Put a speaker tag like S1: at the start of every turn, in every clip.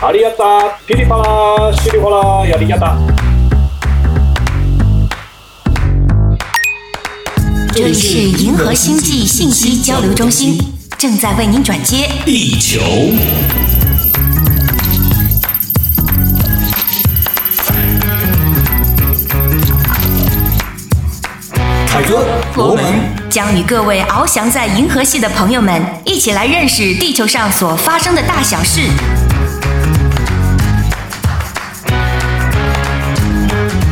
S1: 阿里亚达，噼里啪啦，稀里哗啦，亚里亚达。
S2: 这里是银河星际信息交流中心，正在为您转接。
S3: 地球
S1: 凯哥，
S3: 我们
S2: 将与各位翱翔在银河系的朋友们一起来认识地球上所发生的大小事。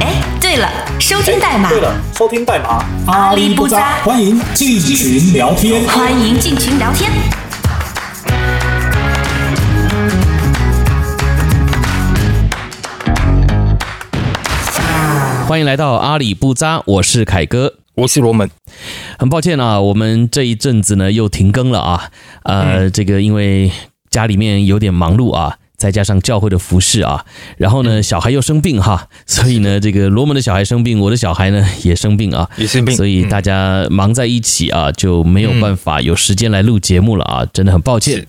S2: 哎，对了，收听代码，
S1: 对了，收听代码。
S3: 阿里不扎，欢迎进群聊天。
S2: 欢迎进群聊天。
S4: 欢迎来到阿里不扎，我是凯哥。
S5: 我是罗门，
S4: 很抱歉啊，我们这一阵子呢又停更了啊。呃，
S5: 嗯
S4: 这个因为家里面有点忙碌啊，再加上教会的服饰啊，然后
S5: 嗯
S4: 呢小孩又生病哈，所以呢这个罗门的小孩生病，我的小孩呢也生病啊。
S5: 也生病，嗯
S4: 所以大家忙在一起啊，就没有办法有时间来录节目了啊，真的很抱歉
S5: 是。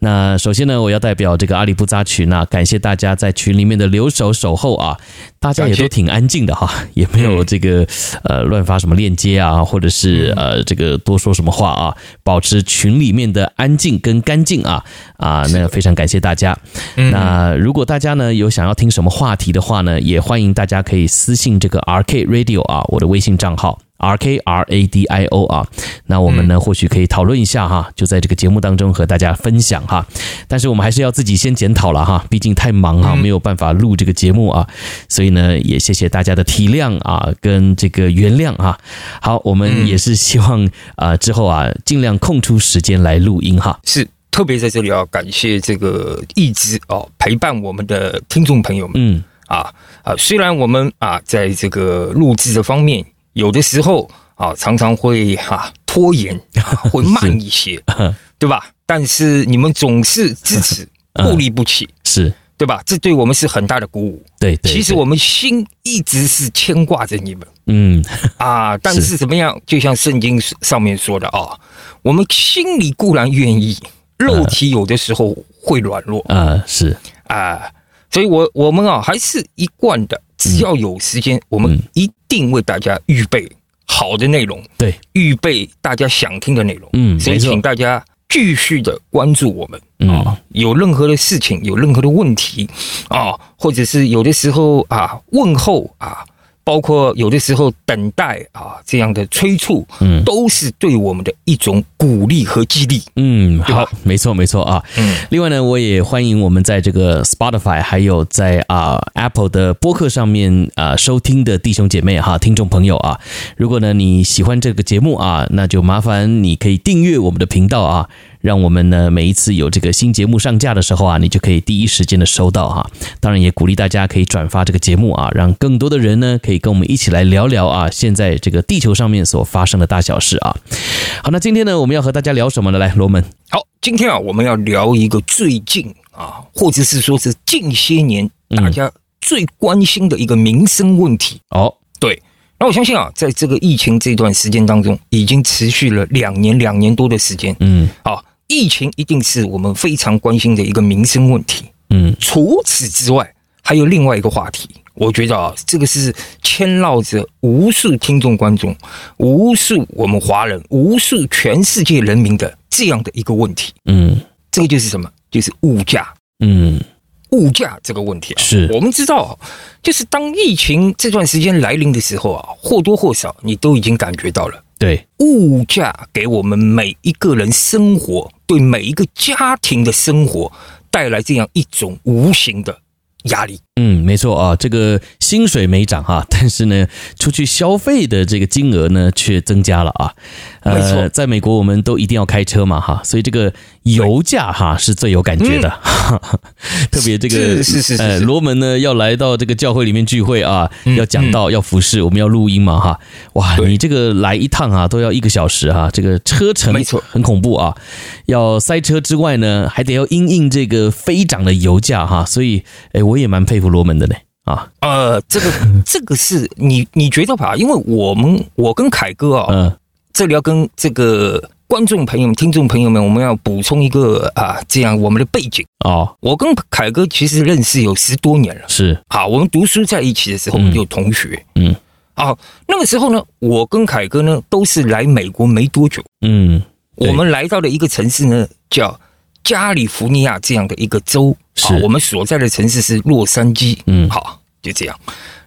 S4: 那首先呢，我要代表这个阿里不扎群啊，感谢大家在群里面的留守守候啊，大家也
S5: 感谢
S4: 都挺安静的哈， 也没有这个呃乱发什么链接啊，或者是呃这个多说什么话啊，保持群里面的安静跟干净啊啊，那非常感谢大家。那如果大家呢有想要听什么话题的话呢，也欢迎大家可以私信这个 RK Radio 啊，我的微信账号 RK R A D I O 啊。那我们呢或许可以讨论一下哈，就在这个节目当中和大家分享哈。但是我们还是要自己先检讨了哈，毕竟太忙哈，没有办法录这个节目啊。所以呢，也谢谢大家的体谅啊，跟这个原谅啊。好，我们也是希望啊、呃之后啊尽量空出时间来录音哈。
S5: 是特别在这里要感谢这个一直哦陪伴我们的听众朋友们
S4: 嗯
S5: 啊啊，虽然我们啊在这个录制的方面有的时候啊常常会哈、啊、拖延、啊 会慢一些，对吧？但是你们总是支持，
S4: 嗯
S5: 不离不弃，
S4: 是
S5: 对吧？这对我们是很大的鼓舞。
S4: 对对，
S5: 其实
S4: 对
S5: 我们心一直是牵挂着你们。
S4: 嗯
S5: 啊，但是怎么样？就像圣经上面说的啊，我们心里固然愿意，肉体有的时候会软弱
S4: 呃是
S5: 啊，所以我我们啊还是一贯的，只要有时间，我们一定为大家预备好的内容，
S4: 对，
S5: 预备大家想听的内容。
S4: 嗯
S5: 所以
S4: 没错
S5: 请大家继续的关注我们。啊
S4: 嗯
S5: 有任何的事情，有任何的问题啊，或者是有的时候啊问候啊，包括有的时候等待啊这样的催促，
S4: 嗯
S5: 都是对我们的一种鼓励和激励。
S4: 嗯，
S5: 对吧
S4: 好，没错没错啊。
S5: 嗯，
S4: 另外呢，我也欢迎我们在这个 Spotify 还有在啊、Apple 的播客上面啊、收听的弟兄姐妹哈，听众朋友啊，如果呢你喜欢这个节目啊，那就麻烦你可以订阅我们的频道啊，让我们呢每一次有这个新节目上架的时候啊，你就可以第一时间的收到哈、当然也鼓励大家可以转发这个节目啊，让更多的人呢可以跟我们一起来聊聊啊，现在这个地球上面所发生的大小事啊。好，那今天呢我们要和大家聊什么呢？来，罗门，
S5: 好，今天啊，我们要聊一个最近啊，或者是说是近些年
S4: 嗯
S5: 大家最关心的一个民生问题。
S4: 哦，
S5: 对，那我相信啊，在这个疫情这段时间当中，已经持续了两年、两年多的时间。
S4: 嗯
S5: 啊，疫情一定是我们非常关心的一个民生问题。
S4: 嗯。
S5: 除此之外，还有另外一个话题，我觉得啊，这个是牵绕着无数听众观众、无数我们华人、无数全世界人民的这样的一个问题。
S4: 嗯
S5: 这个就是什么？就是物价。
S4: 嗯
S5: 物价这个问题啊，
S4: 是
S5: 我们知道啊，就是当疫情这段时间来临的时候啊，或多或少你都已经感觉到了。
S4: 对，
S5: 物价给我们每一个人生活，对每一个家庭的生活带来这样一种无形的压力。
S4: 嗯，没错啊，这个薪水没涨哈、 但是呢，出去消费的这个金额呢却增加了啊。
S5: 没错
S4: 在美国我们都一定要开车嘛哈，所以这个油价哈是最有感觉的，哈， 特别这个
S5: 嗯是是是是
S4: 呃
S5: 是嗯
S4: 罗门呢要来到这个教会里面聚会啊，要讲道、要服侍，我们要录音嘛哈，哇，
S5: 对
S4: 你这个来一趟啊都要一个小时哈、这个车程
S5: 没错
S4: 很恐怖啊，要塞车之外呢，还得要因应这个飞涨的油价哈，所以哎，我也蛮佩服罗门的呢啊，
S5: 呃，这个这个是你你觉得吧？因为我们我跟凯哥啊，
S4: 嗯
S5: 这里要跟这个观众朋友们、听众朋友们，我们要补充一个啊，这样我们的背景。
S4: 哦，
S5: 我跟凯哥其实认识有十多年了
S4: 是，
S5: 啊，我们读书在一起的时候
S4: 嗯
S5: 有同学
S4: 嗯
S5: 啊，那个时候呢，我跟凯哥呢都是来美国没多久，
S4: 嗯，对
S5: 我们来到了一个城市呢叫加利福尼亚这样的一个州啊
S4: 是，
S5: 我们所在的城市是洛杉矶，
S4: 嗯
S5: 好，就这样。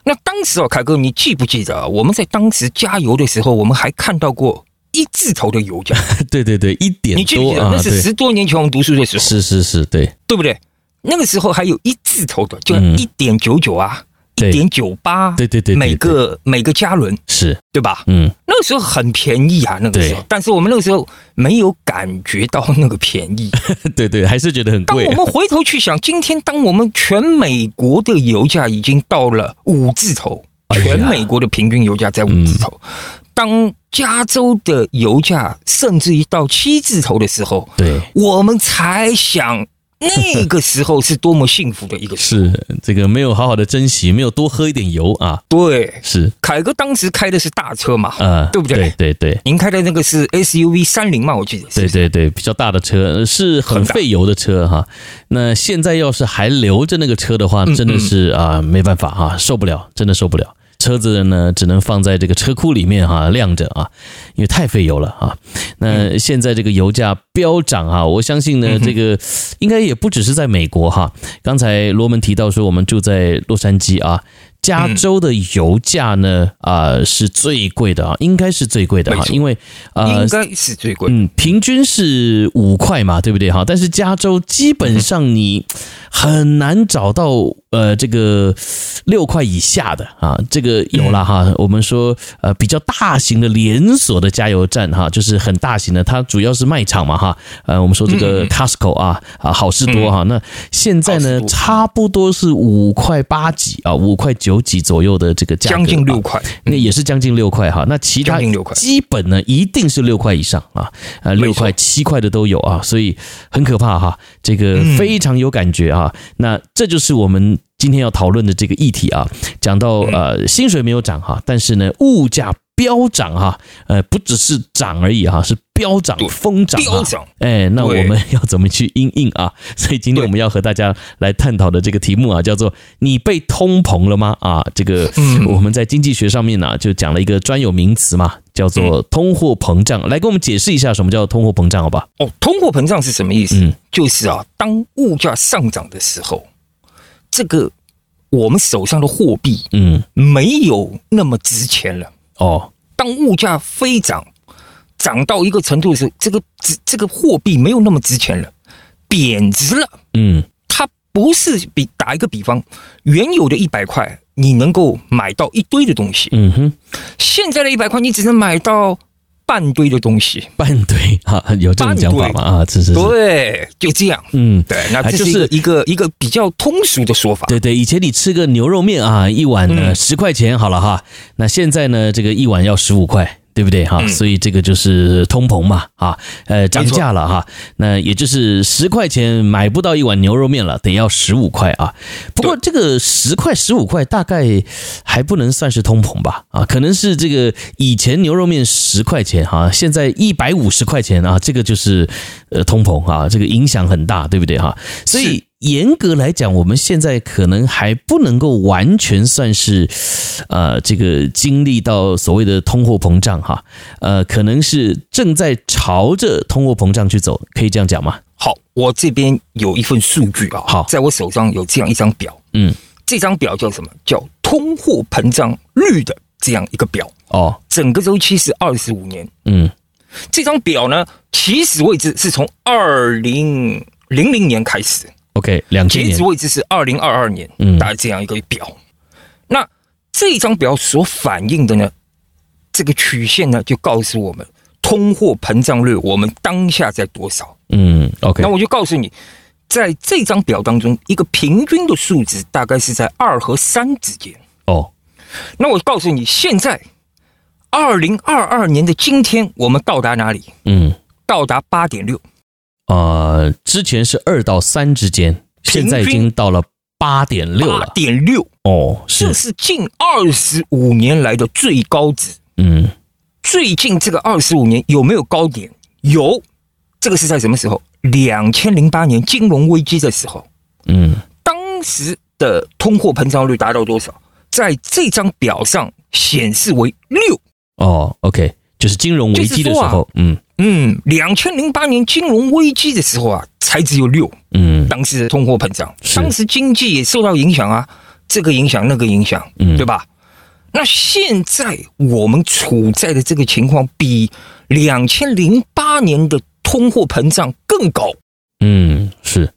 S5: 那当时哦，凯哥，你记不记得啊我们在当时加油的时候，我们还看到过一字头的油价？
S4: 对对对，一点
S5: 你记不
S4: 多
S5: 记得？
S4: 啊，
S5: 那是
S4: 对，
S5: 十多年前我们读书的时候，
S4: 是是是，对，
S5: 对不对？那个时候还有一字头的，就
S4: 嗯
S5: 一点九九啊，
S4: 对
S5: 一点九八，
S4: 对对对对
S5: 每个每个加仑，
S4: 是，
S5: 对吧？
S4: 嗯
S5: 那个时候很便宜啊，那个时候
S4: 对，
S5: 但是我们那个时候没有感觉到那个便宜。
S4: 对 对，还是觉得很
S5: 当
S4: 贵啊
S5: 我，们回头去想，今天当我们全美国的油价已经到了五字头，
S4: 哎呀嗯
S5: 全美国的平均油价在五字头，当加州的油价甚至于到七字头的时候，
S4: 对。
S5: 我们才想那个时候是多么幸福的一个时。
S4: 是这个没有好好的珍惜，没有多喝一点油啊，
S5: 对，
S4: 是
S5: 凯哥当时开的是大车嘛，
S4: 呃，
S5: 对不对？
S4: 对对对
S5: 您开的那个是 SUV 三零嘛，我记得是
S4: 对对对，比较大的车呃是很
S5: 很大
S4: 费油的车哈。那现在要是还留着那个车的话，
S5: 嗯
S4: 真的是啊、没办法啊，受不了，真的受不了。车子呢，只能放在这个车库里面哈、晾着啊，因为太费油了啊。那现在这个油价飙涨啊，我相信
S5: 嗯
S4: 呢，这个应该也不只是在美国哈。刚才罗门提到说，我们住在洛杉矶啊，
S5: 嗯
S4: 加州的油价呢啊、是最贵的啊，应该是最贵的
S5: 没
S4: 啊，
S5: 错
S4: 因为呃
S5: 应该是最贵。
S4: 嗯，平均是五块嘛，对不对哈？但是加州基本上你很难找到呃这个六块以下的啊，这个有了
S5: 嗯
S4: 哈。我们说呃比较大型的连锁的加油站哈，就是很大型的，它主要是卖场嘛哈。呃，我们说这
S5: 嗯
S4: 个 Costco 啊啊好事多哈，那现在呢
S5: 好事多
S4: 差不多是五块八几啊，五块九几左右的这个价格，
S5: 将近六块，
S4: 那也是将近六块哈。那其他
S5: 将近六块
S4: 基本呢一定是六块以上啊，呃，
S5: 没错
S4: 六块七块的都有啊，所以很可怕哈。这个
S5: 嗯
S4: 非常有感觉啊。那这就是我们今天要讨论的这个议题啊，讲到
S5: 嗯
S4: 呃薪水没有涨哈，但是呢物价。飙涨哈、呃，不只是涨而已哈、是飙涨、
S5: 对
S4: 疯涨、啊、
S5: 飙涨
S4: 哎，那我
S5: 对
S4: 们要怎么去应应啊？ 所以今天
S5: 对
S4: 我们要和大家来探讨的这个题目啊，叫做“你被通膨了吗？”啊，这个我们在经济学上面呢、就讲了一个专有名词嘛，叫做通货膨胀。来给我们解释一下什么叫通货膨胀，好吧？
S5: 哦，通货膨胀是什么意思？
S4: 嗯
S5: 就是啊，当物价上涨的时候，这个我们手上的货币
S4: 嗯，
S5: 没有那么值钱了。
S4: 哦，
S5: 当物价飞涨，涨到一个程度的时候，这个值这个货币没有那么值钱了，贬值了。
S4: 嗯，
S5: 它不是比打一个比方，原有的一百块你能够买到一堆的东西，
S4: 嗯哼，
S5: 现在的一百块你只能买到半堆的东西。
S4: 半对啊，有这种讲法吗？啊，是是是，
S5: 对，就这样。
S4: 嗯。
S5: 对，那
S4: 啊
S5: 这
S4: 就是是
S5: 一个、一个一个比较通俗的说法。
S4: 对对，以前你吃个牛肉面啊，一碗呢
S5: 嗯
S4: 十块钱好了哈，那现在呢这个一碗要十五块，对不对哈？
S5: 嗯
S4: 所以这个就是通膨嘛啊，呃涨价了哈，那也就是十块钱买不到一碗牛肉面了，得要十五块啊。不过这个十块十五块大概还不能算是通膨吧啊，可能是这个以前牛肉面十块钱哈、现在一百五十块钱啊，这个就是呃通膨啊，这个影响很大，对不对哈、所以严格来讲，我们现在可能还不能够完全算是，呃，这个经历到所谓的通货膨胀哈，呃，可能是正在朝着通货膨胀去走，可以这样讲吗？
S5: 好，我这边有一份数据啊，
S4: 好
S5: 在我手上有这样一张表，
S4: 嗯，
S5: 这张表叫什么？叫通货膨胀率的这样一个表，
S4: 哦，
S5: 整个周期是二十五年。
S4: 嗯，
S5: 这张表呢，起始位置是从二零零零年开始，
S4: OK，两千
S5: 截
S4: 年
S5: 止，位置是二零二二年，
S4: 嗯
S5: 大概这样一个表。那这张表所反映的呢，这个曲线呢，就告诉我们通货膨胀率我们当下在多少。
S4: 嗯，OK，
S5: 那我就告诉你，在这张表当中，一个平均的数值大概是在二和三之间。
S4: 哦，
S5: 那我告诉你，现在二零二二年的今天，我们到达哪里？
S4: 嗯，
S5: 到达八点六，
S4: 呃，之前是二到三之间，现在已
S5: 平均
S4: 经到了八点六
S5: 八
S4: 了，
S5: 点六，
S4: 哦，
S5: 这
S4: 是，
S5: 是近二十五年来的最高值。
S4: 嗯，
S5: 最近这个二十五年有没有高点？有，这个是在什么时候？两千零八年金融危机的时候，
S4: 嗯
S5: 当时的通货膨胀率达到多少？在这张表上显示为六。
S4: 哦，OK，就是金融危机的时
S5: 就是
S4: 候
S5: 说，
S4: 嗯
S5: 嗯，两千零八年金融危机的时候啊，才只有六。
S4: 嗯
S5: 当时的通货膨胀，
S4: 是
S5: 当时经济也受到影响啊，这个影响那个影响，
S4: 嗯
S5: 对吧？那现在我们处在的这个情况，比两千零八年的通货膨胀更高。
S4: 嗯，是。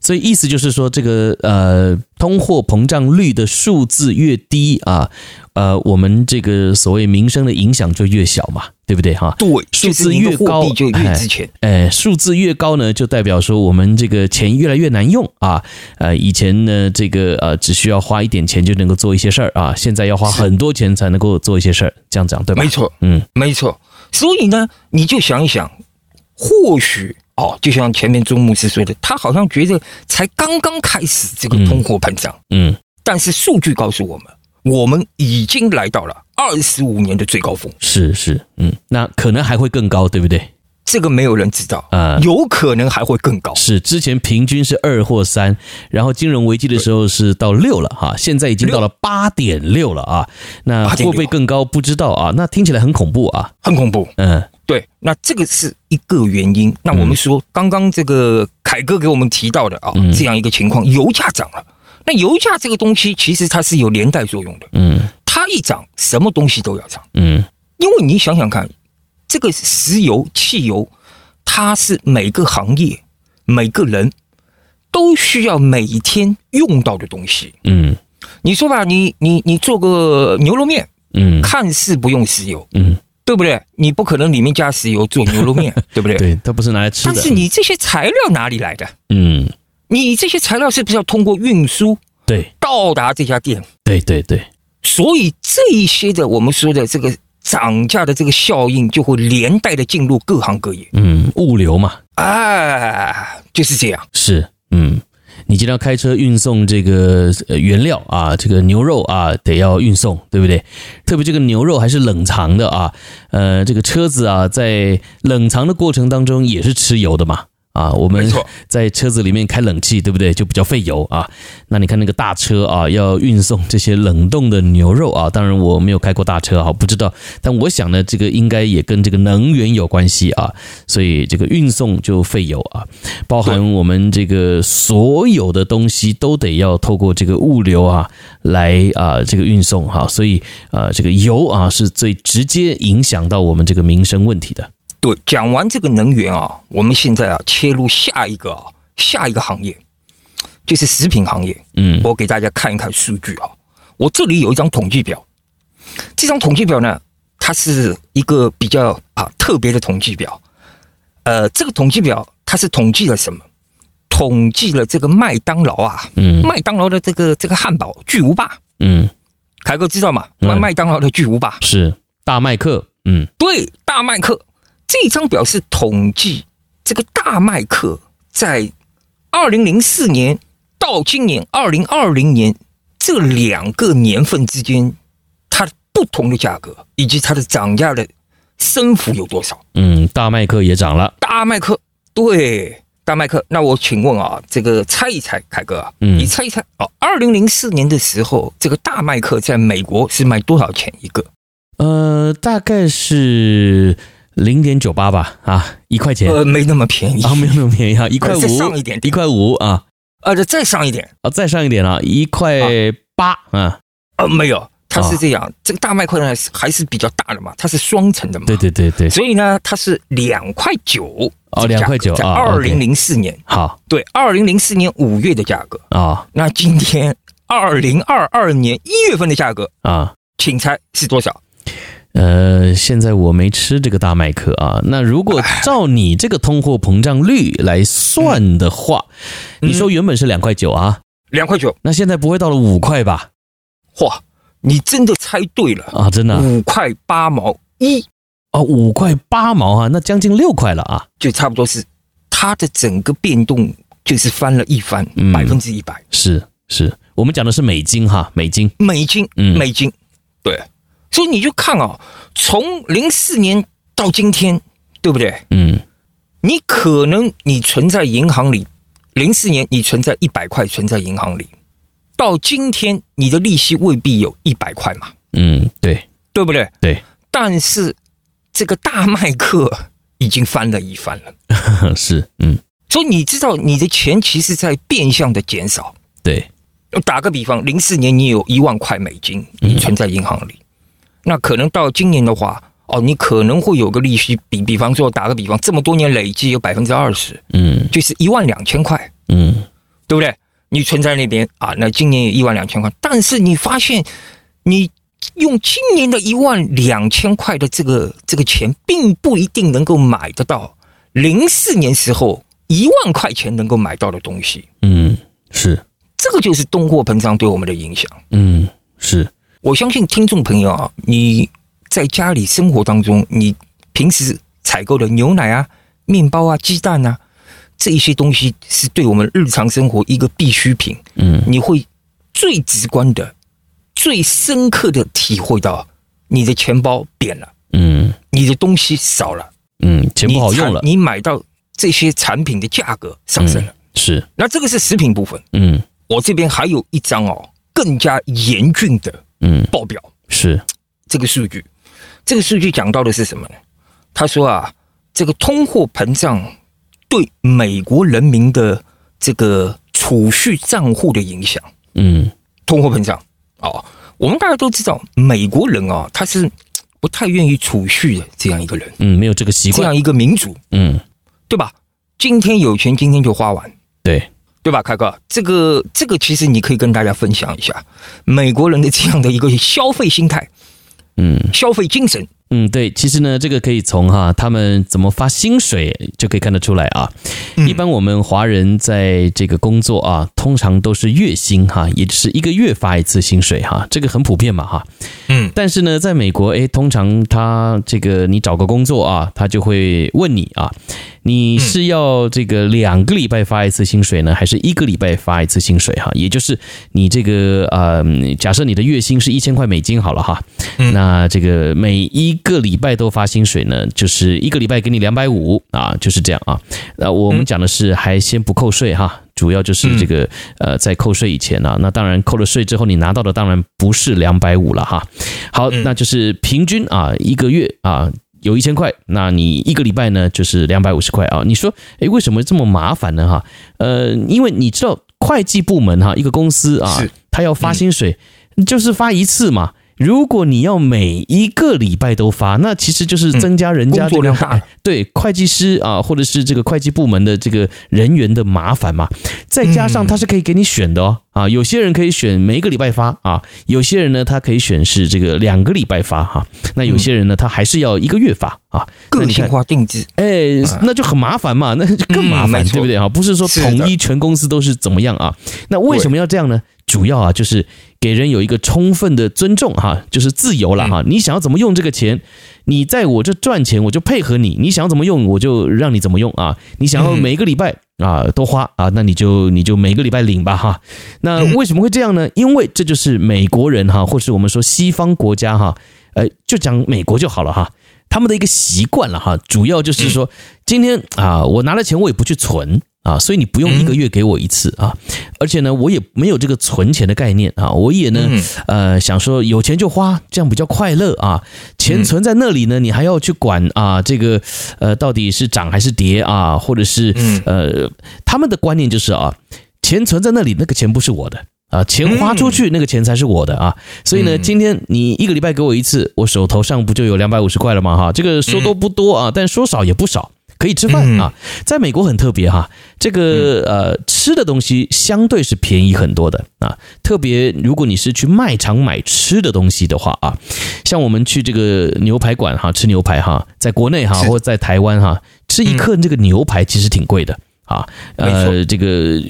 S4: 所以意思就是说，这个呃，通货膨胀率的数字越低啊，呃，我们这个所谓民生的影响就越小嘛，对不对哈？
S5: 对，
S4: 数
S5: 就是
S4: 字
S5: 你的
S4: 越
S5: 货
S4: 高
S5: 币就越值钱。
S4: 哎，数字越高呢，就代表说我们这个钱越来越难用啊。呃，以前呢，这个呃只需要花一点钱就能够做一些事儿啊，现在要花很多钱才能够做一些事儿，这样讲对吧？
S5: 没，错，
S4: 嗯
S5: 没错。所以呢，你就想一想，或许哦，就像前面钟牧师说的，他好像觉得才刚刚开始这个
S4: 嗯
S5: 通货膨胀，
S4: 嗯，
S5: 但是数据告诉我们，我们已经来到了二十五年的最高峰。
S4: 是是，嗯，那可能还会更高，对不对？
S5: 这个没有人知道，
S4: 啊
S5: 有可能还会更高。
S4: 是之前平均是二或三，然后金融危机的时候是到六了哈，现在已经到了八点六了啊。那会
S5: 8.6
S4: 不会更高？不知道啊。那听起来很恐怖啊。
S5: 很恐怖。
S4: 嗯
S5: 对，那这个是一个原因。那我们说，刚刚这个凯哥给我们提到的啊，
S4: 嗯
S5: 这样一个情况，油价涨了。那油价这个东西其实它是有连带作用的，
S4: 嗯
S5: 它一涨，什么东西都要涨。
S4: 嗯
S5: 因为你想想看，这个石油、汽油，它是每个行业、每个人都需要每天用到的东西。
S4: 嗯
S5: 你说吧，你你你做个牛肉面，
S4: 嗯
S5: 看似不用石油，
S4: 嗯，
S5: 对不对？你不可能里面加石油做牛肉面， 对不对？
S4: 对，它不是拿来吃的。
S5: 但是你这些材料哪里来的？
S4: 嗯，
S5: 你这些材料是不是要通过运输
S4: 对
S5: 到达这家店？
S4: 对对对，
S5: 所以这一些的我们说的这个涨价的这个效应，就会连带的进入各行各业。
S4: 嗯，物流嘛
S5: 啊，就是这样。
S4: 是，嗯。你今天要开车运送这个呃原料啊，这个牛肉啊，得要运送，对不对？特别这个牛肉还是冷藏的啊，呃，这个车子啊，在冷藏的过程当中也是吃油的嘛。啊，我们
S5: 没错
S4: 在车子里面开冷气，对不对？就比较费油啊。那你看那个大车啊，要运送这些冷冻的牛肉啊，当然我没有开过大车啊，不知道。但我想呢，这个应该也跟这个能源有关系啊，所以这个运送就费油啊，包含我们这个所有的东西都得要透过这个物流啊来啊这个运送哈、所以啊这个油啊是最直接影响到我们这个民生问题的。
S5: 对，讲完这个能源啊，我们现在啊切入下一个啊下一个行业，就是食品行业。
S4: 嗯
S5: 我给大家看一看数据啊，我这里有一张统计表，这张统计表呢，它是一个比较啊特别的统计表。呃，这个统计表它是统计了什么？统计了这个麦当劳啊，
S4: 嗯
S5: 麦当劳的这个这个汉堡巨无霸，
S4: 嗯，
S5: 凯哥知道吗？
S4: 嗯
S5: 麦麦当劳的巨无霸，
S4: 是大麦克，嗯
S5: 对，大麦克这张表是统计这个大麦克在二零零四年到今年二零二零年这两个年份之间，它不同的价格以及它的涨价的升幅有多少。
S4: 嗯，大麦克也涨了，
S5: 大麦克，对，大麦克。那我请问啊，这个猜一猜，凯哥啊，
S4: 嗯
S5: 你猜一猜哦，二零零四年的时候，这个大麦克在美国是卖多少钱一个？
S4: 呃，大概是零点九八吧，啊，一块钱。
S5: 呃，没那么便宜
S4: 啊，没有那么便宜 啊，一块五，
S5: 再上一点点
S4: 块五啊，
S5: 呃，再上一点。
S4: 啊，再上一点啊，一块八啊，
S5: 呃，没有，它
S4: 啊
S5: 是这样，这个大麦克呢还是比较大的嘛，它是双层的嘛，
S4: 对对对对，
S5: 所以呢，它是两块九
S4: 哦2.9
S5: 在
S4: 啊
S5: 二
S4: ，OK
S5: 零零四年，
S4: 好
S5: 对，二零零四年五月的价格，
S4: 啊
S5: 那今天二零二二年一月份的价格，
S4: 啊，
S5: 请猜是多少？
S4: 呃，现在我没吃这个大麦克啊，那如果照你这个通货膨胀率来算的话，你说原本是两块九啊，
S5: 两块九，
S4: 那现在不会到了五块吧？
S5: 哇，你真的猜对了，
S4: 啊，真的啊
S5: 五块八毛一，
S4: 哦，五块八毛啊，那将近六块了啊，
S5: 就差不多是它的整个变动就是翻了一番
S4: 嗯，
S5: 百分之一百。
S4: 是是，我们讲的是美金哈，美金，
S5: 美金，
S4: 嗯
S5: 美金，对，所以你就看啊、从零四年到今天，对不对？
S4: 嗯
S5: 你可能你存在银行里，零四年你存在一百块存在银行里，到今天你的利息未必有一百块嘛，
S4: 嗯，对
S5: 对不对？
S4: 对，
S5: 但是这个大麦克已经翻了一番了，
S4: 是，嗯
S5: 所以你知道你的钱其实在变相的减少。
S4: 对，
S5: 打个比方，零四年你有一万块美金你存在银行里，那可能到今年的话，哦，你可能会有个利息比，比方说打个比方，这么多年累计有百分之二十，
S4: 嗯
S5: 就是一万两千块。
S4: 嗯
S5: 对不对？你存在那边啊，那今年有一万两千块，但是你发现你用今年的一万两千块的这个这个钱，并不一定能够买得到零四年时候一万块钱能够买到的东西。
S4: 嗯，是，
S5: 这个就是通货膨胀对我们的影响。
S4: 嗯是，
S5: 我相信听众朋友啊，你在家里生活当中，你平时采购的牛奶啊、面包啊、鸡蛋啊，这一些东西是对我们日常生活一个必需品。
S4: 嗯
S5: 你会最直观的、最深刻的体会到你的钱包扁了，
S4: 嗯
S5: 你的东西少了，
S4: 嗯，钱不好用了
S5: 你，产你买到这些产品的价格上升了。
S4: 是，
S5: 那这个是食品部分，
S4: 嗯
S5: 我这边还有一张哦，更加严峻的
S4: 嗯
S5: 报表。
S4: 是，
S5: 这个数据，这个数据讲到的是什么呢？他说啊，这个通货膨胀对美国人民的这个储蓄账户的影响。
S4: 嗯
S5: 通货膨胀哦，我们大家都知道，美国人啊、他是不太愿意储蓄的这样一个人，
S4: 嗯，没有这个习
S5: 这
S4: 惯
S5: 样，一个民族，
S4: 嗯
S5: 对吧？今天有钱，今天就花完，
S4: 对，
S5: 对吧，凯哥？这个这个其实你可以跟大家分享一下美国人的这样的一个消费心态、
S4: 嗯。
S5: 消费精神。
S4: 嗯，对，其实呢，这个可以从哈他们怎么发薪水就可以看得出来啊。
S5: 嗯
S4: 一般我们华人在这个工作啊，通常都是月薪哈，也就是一个月发一次薪水哈，这个很普遍嘛哈。
S5: 嗯，
S4: 但是呢，在美国，诶，通常他这个你找个工作啊，他就会问你啊，你是要这个两个礼拜发一次薪水呢，还是一个礼拜发一次薪水哈？也就是你这个呃，假设你的月薪是一千块美金好了哈，那这个每一个礼拜都发薪水呢，就是一个礼拜给你两百五啊，就是这样啊。
S5: 嗯
S4: 呃，我们讲的是还先不扣税哈，主要就是这个
S5: 嗯
S4: 呃，在扣税以前啊，那当然扣了税之后，你拿到的当然不是两百五了哈。好，
S5: 嗯
S4: 那就是平均啊，一个月啊。有一千块，那你一个礼拜呢就是两百五十块啊？你说，诶，为什么这么麻烦呢？哈，呃，因为你知道会计部门哈、一个公司啊
S5: 是，
S4: 他要发薪水，就是发一次嘛。如果你要每一个礼拜都发，那其实就是增加人家这
S5: 嗯工
S4: 个、
S5: 作量大了
S4: 对会计师啊，或者是这个会计部门的这个人员的麻烦嘛。再加上他是可以给你选的哦，
S5: 嗯
S4: 啊，有些人可以选每一个礼拜发啊，有些人呢他可以选是这个两个礼拜发哈、那有些人呢他还是要一个月发啊。那
S5: 个
S4: 你看
S5: 性化定制，
S4: 哎，那就很麻烦嘛，那就更麻
S5: 嗯
S4: 烦，
S5: 没错
S4: 对不对啊？不是说
S5: 是的
S4: 统一全公司都是怎么样啊？那为什么要这样呢？主要啊，就是给人有一个充分的尊重哈、就是自由了哈、你想要怎么用这个钱，你在我这赚钱，我就配合你；你想要怎么用，我就让你怎么用啊。你想要
S5: 嗯
S4: 每一个礼拜啊都花啊，那你就你就每个礼拜领吧哈。那为什么会这样呢？因为这就是美国人哈、或是我们说西方国家哈、呃，就讲美国就好了哈。他们的一个习惯了哈，主要就是说，今天啊，我拿了钱我也不去存啊，所以你不用一个月给我一次啊，而且呢，我也没有这个存钱的概念啊，我也呢，呃，想说有钱就花，这样比较快乐啊，钱存在那里呢，你还要去管啊，这个呃，到底是涨还是跌啊，或者是呃，他们的观念就是啊，钱存在那里，那个钱不是我的。啊，钱花出去，那个钱才是我的啊！所以呢，今天你一个礼拜给我一次，我手头上不就有两百五十块了吗？哈，这个说多不多啊，但说少也不少，可以吃饭啊。在美国很特别哈，这个呃吃的东西相对是便宜很多的啊，特别如果你是去卖场买吃的东西的话啊，像我们去这个牛排馆哈吃牛排哈，在国内哈
S5: 是
S4: 或者在台湾哈吃一克这个牛排其实挺贵的啊，呃这个。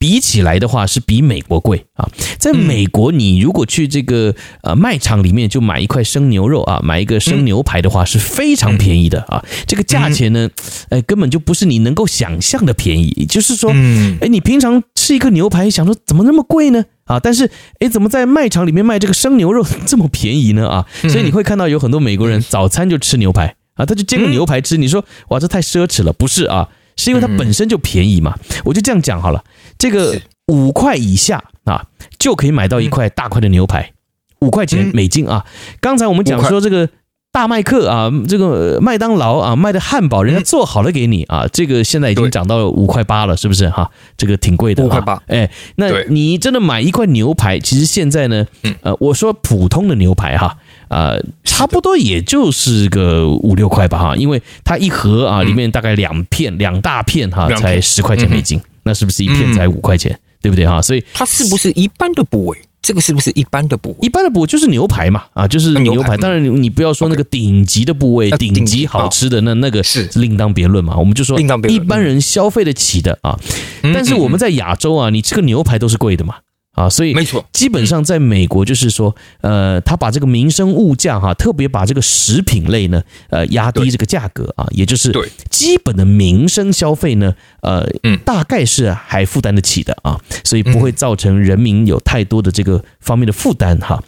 S4: 比起来的话，是比美国贵啊。在美国，你如果去这个呃卖场里面就买一块生牛肉啊，买一个生牛排的话，是非常便宜的啊。这个价钱呢，哎，根本就不是你能够想象的便宜。就是说，
S5: 嗯
S4: 哎，你平常吃一个牛排，想说怎么那么贵呢？啊，但是哎，怎么在卖场
S5: 嗯
S4: 里面卖这个生牛肉这么便宜呢？啊，所以你会看到有很多美国人早餐就吃牛排。啊，他就煎个
S5: 嗯
S4: 牛排吃，你说哇，这太奢侈了，不是啊？是因为它本身就便宜嘛。我就这样讲好了，这个
S5: 嗯是
S4: 五块以下啊，就可以买到一块大块的牛排，五块钱
S5: 嗯
S4: 美金啊。刚才我们讲
S5: 五块
S4: 说这个。大麦克啊，这个呃麦当劳啊卖的汉堡，人家做好了给你啊，这个现在已经
S5: 嗯对
S4: 涨到五块八了，是不是哈、这个挺贵的、啊，
S5: 五块八
S4: 哎，那
S5: 对嗯
S4: 你真的买一块牛排，其实现在呢，呃，我说普通的牛排哈，呃，差不多也就是个五六块吧哈，因为它一盒啊，里面大概两片、两大片哈，
S5: 嗯两片嗯
S4: 才十块钱美金，那是不是一片才五块钱，对不对哈？所以
S5: 它是不是一般的部位？这个是不是一般的部位？
S4: 一般的部位就是牛排嘛，啊，就是
S5: 牛排
S4: 牛排。
S5: 嗯
S4: 当然你你不要说那个顶级的部位，
S5: 啊
S4: 顶
S5: 顶
S4: 级
S5: 级
S4: 好吃的那那个
S5: 是
S4: 另当别论嘛。我们就说
S5: 另当别
S4: 一
S5: 论
S4: 般人消费得起的啊，
S5: 嗯
S4: 但是
S5: 嗯
S4: 我们
S5: 嗯
S4: 在亚洲啊，你吃个牛排都是贵的嘛，啊，所以
S5: 没错
S4: 基本上在美国就是说，呃，他把这个民生物价哈、特别把这个食品类呢，呃，压低
S5: 对
S4: 这个价格啊，也就是
S5: 对
S4: 基本的民生消费呢，呃，
S5: 嗯
S4: 大概是还负担得起的啊，所以不会造成人民有太多的这个方面的负担哈、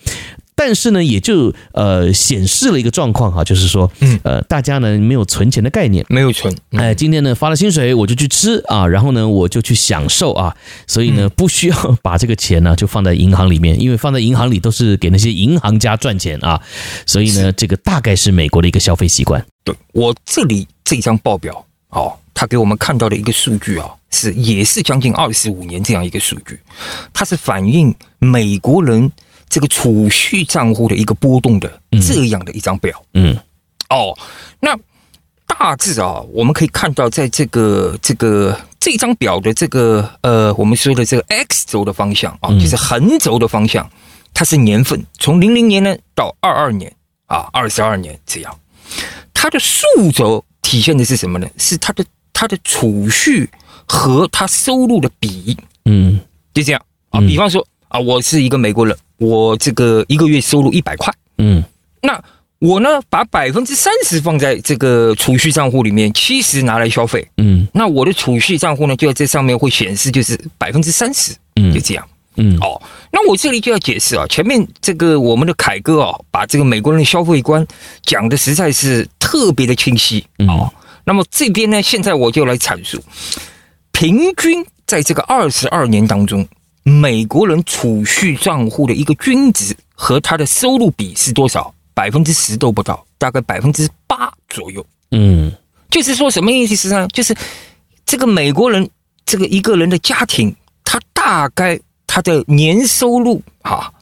S4: 但是呢，也就呃显示了一个状况哈、就是说，
S5: 嗯
S4: 呃，大家呢没有存钱的概念，
S5: 没有存，嗯
S4: 哎，今天呢发了薪水，我就去吃啊，然后呢我就去享受啊，所以呢不需要把这个钱呢、就放在银行里面，因为放在银行里都是给那些银行家赚钱啊，所以呢这个大概是美国的一个消费习惯。
S5: 对我这里这张报表哦，他给我们看到的一个数据啊，是也是将近二十五年这样一个数据，它是反映美国人这个储蓄账户的一个波动的这样的一张表。
S4: 嗯
S5: 哦，那大致啊，我们可以看到，在这个这个这张表的这个呃，我们说的这个 X 轴的方向啊，就是横轴的方向，它是年份，从零零年呢到二二年啊，二十二年这样。它的竖轴体现的是什么呢？是它的它的储蓄和它收入的比，
S4: 嗯
S5: 就这样啊。
S4: 嗯
S5: 比方说啊，我是一个美国人，我这个一个月收入一百块。
S4: 嗯
S5: 那我呢，把百分之三十放在这个储蓄账户里面，七十拿来消费。
S4: 嗯
S5: 那我的储蓄账户呢，就在这上面会显示就是百分之三十，
S4: 嗯
S5: 就这样。
S4: 嗯
S5: 哦，那我这里就要解释啊，前面这个我们的凯哥哦，把这个美国人的消费观讲的实在是特别的清晰
S4: 嗯
S5: 哦。那么这边呢，现在我就来阐述，平均在这个二十二年当中，美国人储蓄账户的一个均值和他的收入比是多少？百分之十都不到，大概百分之八左右。
S4: 嗯
S5: 就是说什么意思呢？就是这个美国人，这个一个人的家庭，他大概他的年收入啊，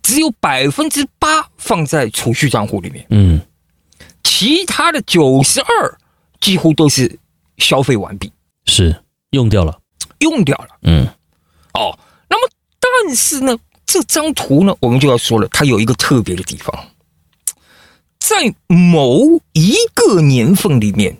S5: 只有百分之八放在储蓄账户里面，
S4: 嗯
S5: 其他的九十二几乎都是消费完毕，
S4: 是用掉了。
S5: 用掉了。
S4: 嗯
S5: 哦，那么但是呢，这张图呢，我们就要说了，它有一个特别的地方，在某一个年份里面，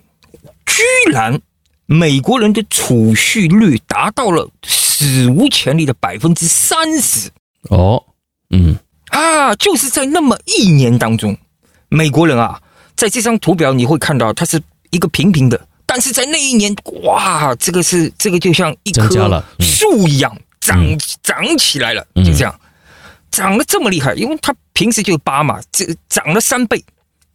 S5: 居然美国人的储蓄率达到了史无前例的百分之三十
S4: 哦嗯
S5: 啊！就是在那么一年当中，美国人啊，在这张图表你会看到，它是一个平平的。但是在那一年，哇，这个是这个就像一棵
S4: 增加了嗯
S5: 树一样长、
S4: 嗯
S5: 长起来了，
S4: 嗯
S5: 就这样，长得这么厉害，因为它平时就八嘛，这长了三倍，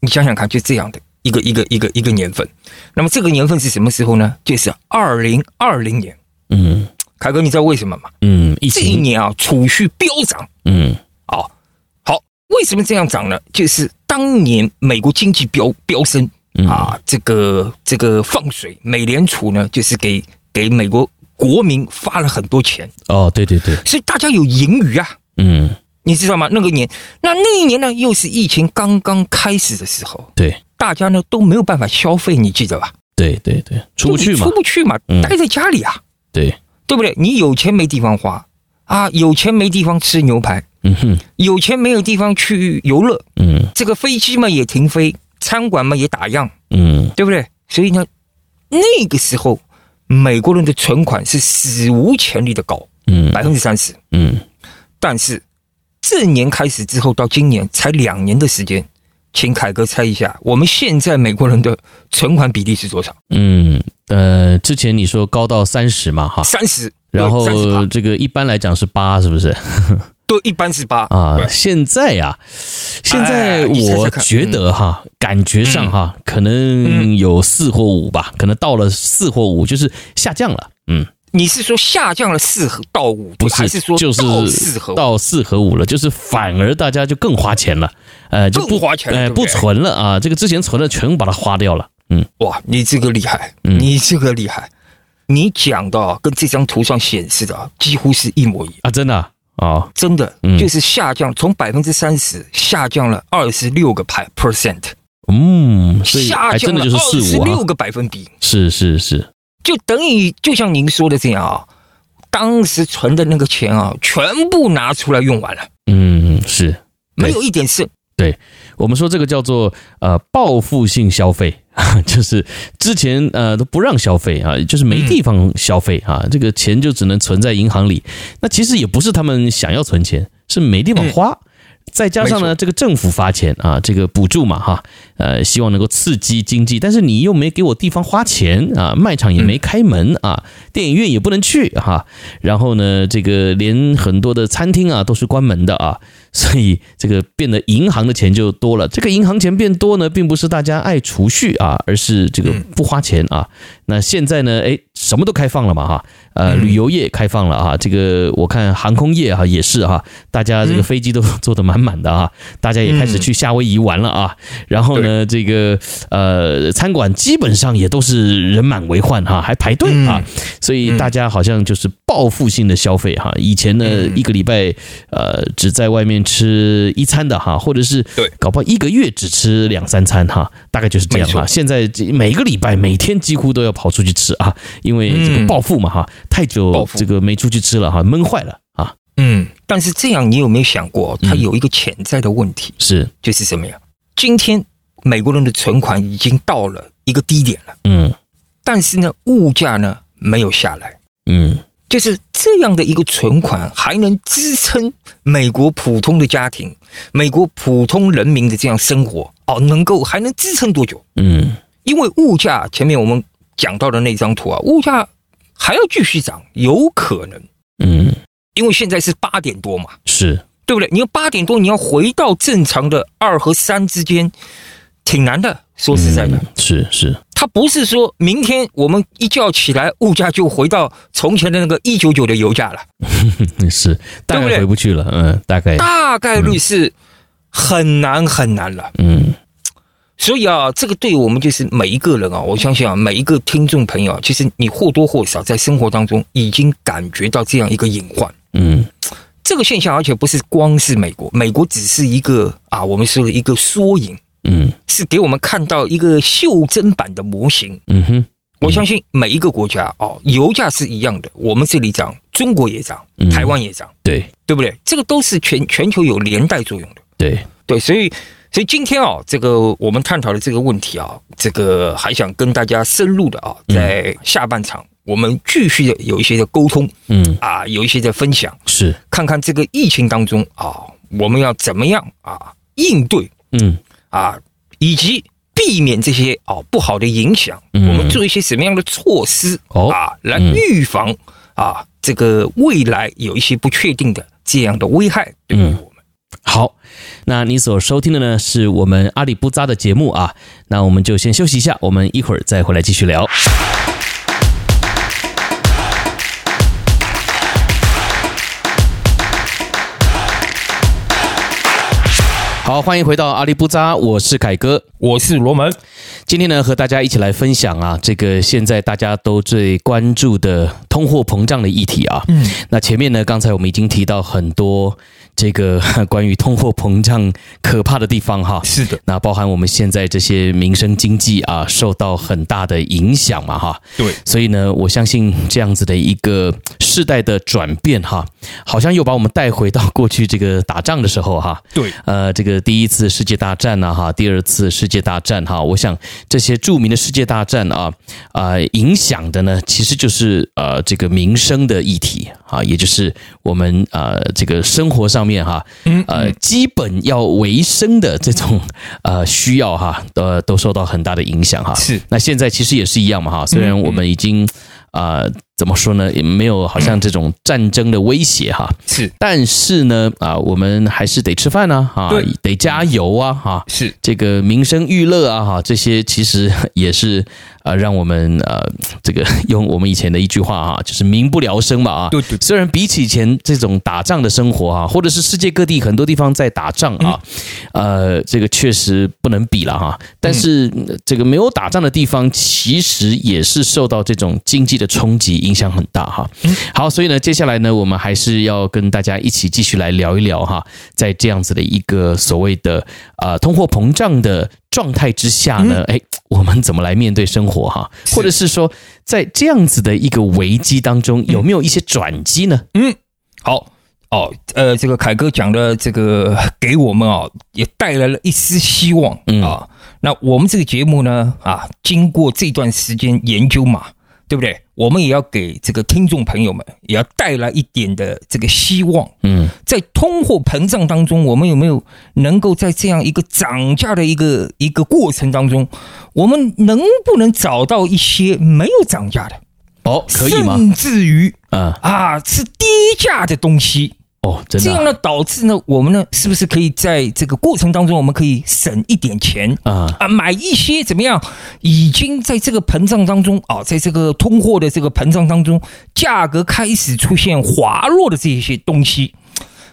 S5: 你想想看，就这样的一个一个一个一个年份。那么这个年份是什么时候呢？就是二零二零年。
S4: 嗯
S5: 凯哥，你知道为什么吗？
S4: 嗯，疫
S5: 这一
S4: 情
S5: 年啊，储蓄飙涨
S4: 嗯
S5: 哦。好，为什么这样涨呢？就是当年美国经济飙飙升
S4: 嗯
S5: 啊，这个这个放水，美联储呢就是给给美国国民发了很多钱，
S4: 哦对对对
S5: 所以大家有盈余啊，
S4: 嗯
S5: 你知道吗？那个年，那那一年呢，又是疫情刚刚开始的时候，
S4: 对
S5: 大家呢都没有办法消费，你记得吧？
S4: 对对对，出不去
S5: 就你
S4: 嘛
S5: 出，不去嘛，
S4: 嗯
S5: 待在家里啊，
S4: 对
S5: 对不对？你有钱没地方花啊，有钱没地方吃牛排，
S4: 嗯哼
S5: 有钱没有地方去游乐，
S4: 嗯
S5: 这个飞机嘛也停飞，餐馆嘛也打烊，
S4: 嗯
S5: 对不对？所以呢，那个时候美国人的存款是史无前例的高，
S4: 嗯
S5: 百分之三十。
S4: 嗯
S5: 但是这年开始之后到今年才两年的时间，请凯哥猜一下，我们现在美国人的存款比例是多少？
S4: 嗯，呃，之前你说高到三十嘛，哈，
S5: 三十，
S4: 啊然
S5: 三十
S4: 后这个一般来讲是八，是不是？
S5: 都一般是八
S4: 啊
S5: 对，
S4: 现在呀、现在
S5: 哎你猜
S4: 我
S5: 猜看
S4: 觉得哈，
S5: 哎
S4: 感觉
S5: 嗯
S4: 上哈，可能有四或五吧，可能到了四或五就是下降了，嗯，
S5: 你是说下降了四和到五，
S4: 不
S5: 还
S4: 是，
S5: 是说
S4: 就是
S5: 到四和五？
S4: 到四和五了，就是反而大家就更花钱了，呃，就不
S5: 更花钱了
S4: 哎，
S5: 对不
S4: 不
S5: 对
S4: 存了啊，这个之前存的全部把它花掉了，嗯，
S5: 哇，你这个厉害，
S4: 嗯
S5: 你这个厉害，你讲的啊跟这张图上显示的啊几乎是一模一样，
S4: 啊，真的啊，哦
S5: 真的
S4: 嗯
S5: 就是下降，从百分之三十下降了二十六个百 percent，
S4: 嗯，所以
S5: 下
S4: 还
S5: 降
S4: 真
S5: 了
S4: 的就是
S5: 二
S4: 四
S5: 十
S4: 五啊
S5: 六，个百分比，
S4: 是是是，
S5: 就等于就像您说的这样啊，当时存的那个钱啊，全部拿出来用完了，
S4: 嗯是。
S5: 没有一点剩。
S4: 对我们说这个叫做呃报复性消费， 就是之前呃都不让消费啊，就是没地方消费
S5: 嗯
S4: 啊，这个钱就只能存在银行里。那其实也不是他们想要存钱，是没地方花。再加上
S5: 嗯没
S4: 呢，
S5: 错
S4: 这个政府发钱啊，这个补助嘛哈，呃，希望能够刺激经济，但是你又没给我地方花钱啊，卖场也没开门啊，电影院也不能去哈、然后呢，这个连很多的餐厅啊都是关门的啊，所以这个变得银行的钱就多了。这个银行钱变多呢，并不是大家爱储蓄啊，而是这个不花钱啊。那现在呢，哎，什么都开放了嘛哈，呃，旅游业开放了啊，这个我看航空业哈、啊也是哈、大家这个飞机都 坐得满满的啊，大家也开始去夏威夷玩了啊。然后呢，这个呃，餐馆基本上也都是人满为患哈、还排队啊。所以大家好像就是报复性的消费哈。以前呢，一个礼拜呃只在外面吃一餐的哈，或者是
S5: 对
S4: 搞不好一个月只吃两三餐哈，大概就是这样
S5: 没
S4: 哈。
S5: 错
S4: 现在这每个礼拜每天几乎都要跑出去吃啊，因为这个
S5: 嗯
S4: 报复嘛哈，太
S5: 报
S4: 久
S5: 复
S4: 这个没出去吃了哈，闷坏了啊。
S5: 嗯，但是这样你有没有想过，它
S4: 嗯
S5: 有一个潜在的问题？
S4: 是，
S5: 就是什么呀？今天美国人的存款已经到了一个低点了，
S4: 嗯
S5: 但是呢，物价呢没有下来，
S4: 嗯，
S5: 就是这样的一个存款还能支撑美国普通的家庭、美国普通人民的这样生活哦，能够还能支撑多久？
S4: 嗯
S5: 因为物价前面我们讲到的那张图啊，物价还要继续涨，有可能，
S4: 嗯，
S5: 因为现在是八点多嘛，
S4: 是，
S5: 对不对？你要八点多，你要回到正常的二和三之间，挺难的。说实在的，
S4: 嗯是是，
S5: 它不是说明天我们一觉起来，物价就回到从前的那个一九九的油价了，
S4: 嗯是，大
S5: 对不
S4: 概
S5: 对
S4: 回不去了，嗯，大概，
S5: 大概率是很难很难了。
S4: 嗯
S5: 所以啊，这个对我们就是每一个人啊，我相信啊，每一个听众朋友啊，其实你或多或少在生活当中已经感觉到这样一个隐患。
S4: 嗯
S5: 这个现象，而且不是光是美国，美国只是一个啊，我们说的一个缩影，
S4: 嗯
S5: 是给我们看到一个袖珍版的模型。
S4: 嗯哼，
S5: 我相信每一个国家哦，油价是一样的，我们这里涨，中国也涨
S4: 嗯，
S5: 台湾也涨，
S4: 对
S5: 对不对？这个都是全全球有连带作用的。
S4: 对，
S5: 对，所以所以今天啊，这个我们探讨的这个问题啊，这个还想跟大家深入的啊，在下半场我们继续的有一些的沟通
S4: 嗯
S5: 啊，有一些的分享，
S4: 是，
S5: 看看这个疫情当中啊，我们要怎么样啊应对
S4: 嗯
S5: 啊，以及避免这些啊不好的影响，
S4: 嗯
S5: 我们做一些什么样的措施
S4: 哦
S5: 啊，来
S4: 嗯
S5: 预防啊这个未来有一些不确定的这样的危害对于我
S4: 嗯
S5: 们。
S4: 好，那你所收听的呢是我们阿里不扎的节目啊，那我们就先休息一下，我们一会儿再回来继续聊。好，欢迎回到阿里不扎，我是凯哥。
S1: 我是罗门，
S4: 今天呢，和大家一起来分享啊，这个现在大家都最关注的通货膨胀的议题啊。嗯，那前面呢，刚才我们已经提到很多这个 关于通货膨胀可怕的地方哈。
S5: 是的，
S4: 那包含我们现在这些民生经济啊，受到很大的影响嘛哈。
S5: 对，
S4: 所以呢，我相信这样子的一个世代的转变哈，好像又把我们带回到过去这个打仗的时候哈。
S5: 对，
S4: 呃，这个第一次世界大战呐、哈，第二次世界大战哈、我想这些著名的世界大战啊，啊、影响的呢，其实就是呃这个民生的议题啊，也就是我们呃这个生活上面哈、呃基本要维生的这种呃需要哈、呃都受到很大的影响哈、
S5: 是
S4: 那现在其实也是一样嘛哈，虽然我们已经啊、呃怎么说呢，也没有好像这种战争的威胁哈。
S5: 是
S4: 但是呢，啊，我们还是得吃饭啊，啊
S5: 对，
S4: 得加油啊，哈、
S5: 是
S4: 这个民生娱乐啊，哈，这些其实也是呃，让我们呃，这个用我们以前的一句话啊，就是民不聊生嘛啊。
S5: 对对对
S4: 虽然比起以前这种打仗的生活啊，或者是世界各地很多地方在打仗啊，呃，这个确实不能比了哈、但是呃这个没有打仗的地方，其实也是受到这种经济的冲击影响很大哈、嗯好，所以呢，接下来呢，我们还是要跟大家一起继续来聊一聊哈，在这样子的一个所谓的呃通货膨胀的状态之下呢，哎、我们怎么来面对生活哈？或者是说，在这样子的一个危机当中，有没有一些转机呢？
S5: 好哦，呃，这个凯哥讲的这个给我们啊，也带来了一丝希望、
S4: 嗯
S5: 啊。那我们这个节目呢啊，经过这段时间研究嘛，对不对？我们也要给这个听众朋友们也要带来一点的这个希望。
S4: 嗯，
S5: 在通货膨胀当中，我们有没有能够在这样一个涨价的一个一个过程当中，我们能不能找到一些没有涨价的，
S4: 哦，可以吗？
S5: 甚至于
S4: 啊、
S5: 啊是低价的东西，
S4: 哦，真
S5: 这
S4: 的
S5: 样
S4: 啊
S5: 呢导致呢，我们呢是不是可以在这个过程当中，我们可以省一点钱
S4: 啊，
S5: 啊，买一些怎么样，已经在这个膨胀当中啊，在这个通货的这个膨胀当中，价格开始出现滑落的这一些东西。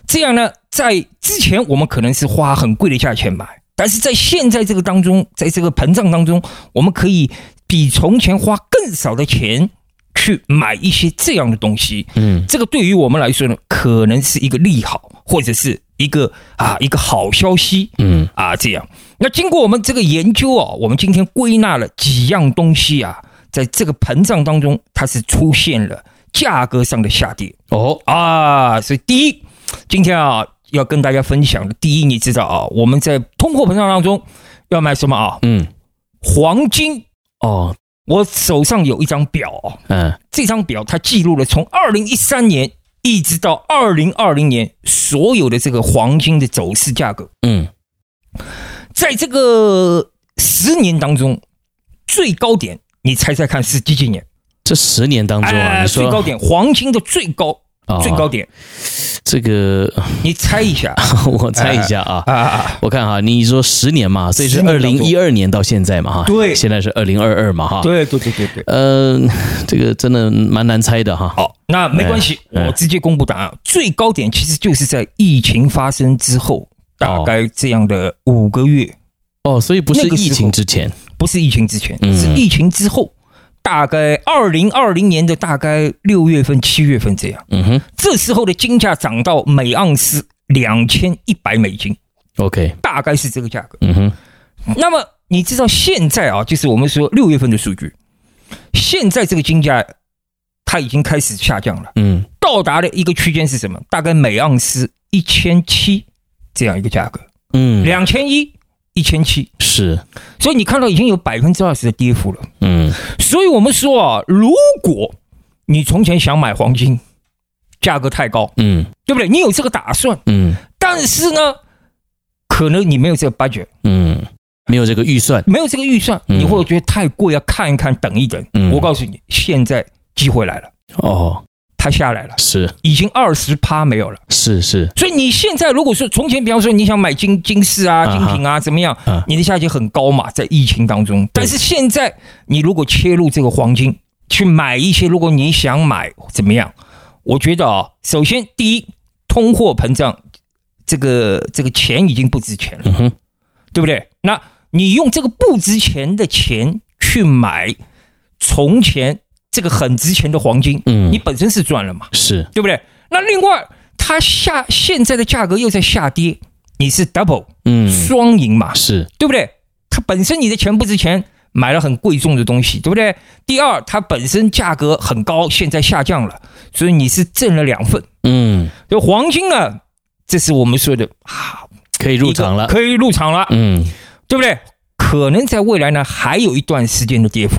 S5: 这样呢，在之前我们可能是花很贵的价钱买，但是在现在这个当中，在这个膨胀当中，我们可以比从前花更少的钱去买一些这样的东西。
S4: 嗯，
S5: 这个对于我们来说呢，可能是一个利好，或者是一个啊一个好消息。
S4: 嗯
S5: 啊，这样。那经过我们这个研究哦，我们今天归纳了几样东西啊，在这个膨胀当中，它是出现了价格上的下跌
S4: 哦，
S5: 啊。所以第一，今天啊要跟大家分享的，第一，你知道啊，我们在通货膨胀当中要买什么啊？
S4: 嗯，
S5: 黄金。
S4: 哦，
S5: 我手上有一张表哦，
S4: 嗯，
S5: 这张表它记录了从二零一三年一直到二零二零年所有的这个黄金的走势价格。
S4: 嗯，
S5: 在这个十年当中，最高点，你猜猜看是几几年？
S4: 这十年当中啊，
S5: 哎
S4: 你
S5: 最高
S4: 说
S5: 点，黄金的最高、
S4: 哦
S5: 最高点，
S4: 这个，
S5: 你猜一下
S4: 我猜一下啊。
S5: 啊？
S4: 我看哈，你说十年嘛，所以是
S5: 10
S4: 二
S5: 年当
S4: 零
S5: 中
S4: 一二年到现在嘛哈，
S5: 对
S4: 现在是二零二二嘛哈，，
S5: 对对对对对。
S4: 呃， 这个真的蛮难猜的哈，
S5: 好，那没关系，
S4: 哎哎
S5: 我直接公布答案。最高点其实就是在疫情发生之后，大概这样的五个月，
S4: 哦，所以不是
S5: 那个时候
S4: 疫情之前，
S5: 不是疫情之前，
S4: 嗯
S5: 是疫情之后，大概二零二零年的大概六月份、七月份这样。
S4: 嗯哼
S5: 这时候的金价涨到每盎司两千一百美金，
S4: ，OK，
S5: 大概是这个价格。
S4: 嗯哼，
S5: 那么你知道现在啊，就是我们说六月份的数据，现在这个金价它已经开始下降了，
S4: 嗯，
S5: 到达的一个区间是什么？大概每盎司一千七这样一个价格，
S4: 嗯，
S5: 两千一。一千七，
S4: 是，
S5: 所以你看到已经有百分之二十的跌幅了。
S4: 嗯，
S5: 所以我们说啊，如果你从前想买黄金，价格太高，
S4: 嗯，
S5: 对不对？你有这个打算，
S4: 嗯，
S5: 但是呢，可能你没有这个 budget，
S4: 嗯，没有这个预算，
S5: 没有这个预算，
S4: 嗯
S5: 你会觉得太贵，要看一看，等一等。
S4: 嗯
S5: 我告诉你，现在机会来了，
S4: 哦，
S5: 它下来了，
S4: 是
S5: 已经二十趴没有了。
S4: 是是，
S5: 所以你现在如果说从前，比方说你想买金金饰啊、
S4: 啊哈
S5: 精品啊，怎么样
S4: 啊，
S5: 你的价钱很高嘛，在疫情当中。但是现在你如果切入这个黄金，去买一些，如果你想买怎么样，我觉得啊，首先第一，通货膨胀，这个这个钱已经不值钱了。
S4: 嗯哼，
S5: 对不对？那你用这个不值钱的钱去买从前这个很值钱的黄金，
S4: 嗯
S5: 你本身是赚了嘛，
S4: 是，
S5: 对不对？那另外，它下现在的价格又在下跌，你是 double
S4: 嗯，
S5: 双赢嘛，
S4: 是，
S5: 对不对？它本身你的钱不值钱，买了很贵重的东西，对不对？第二，它本身价格很高，现在下降了，所以你是挣了两份。
S4: 嗯，
S5: 就黄金呢，这是我们说的啊，
S4: 可以入场了，
S5: 可以入场了。
S4: 嗯，
S5: 对不对？可能在未来呢，还有一段时间的跌幅，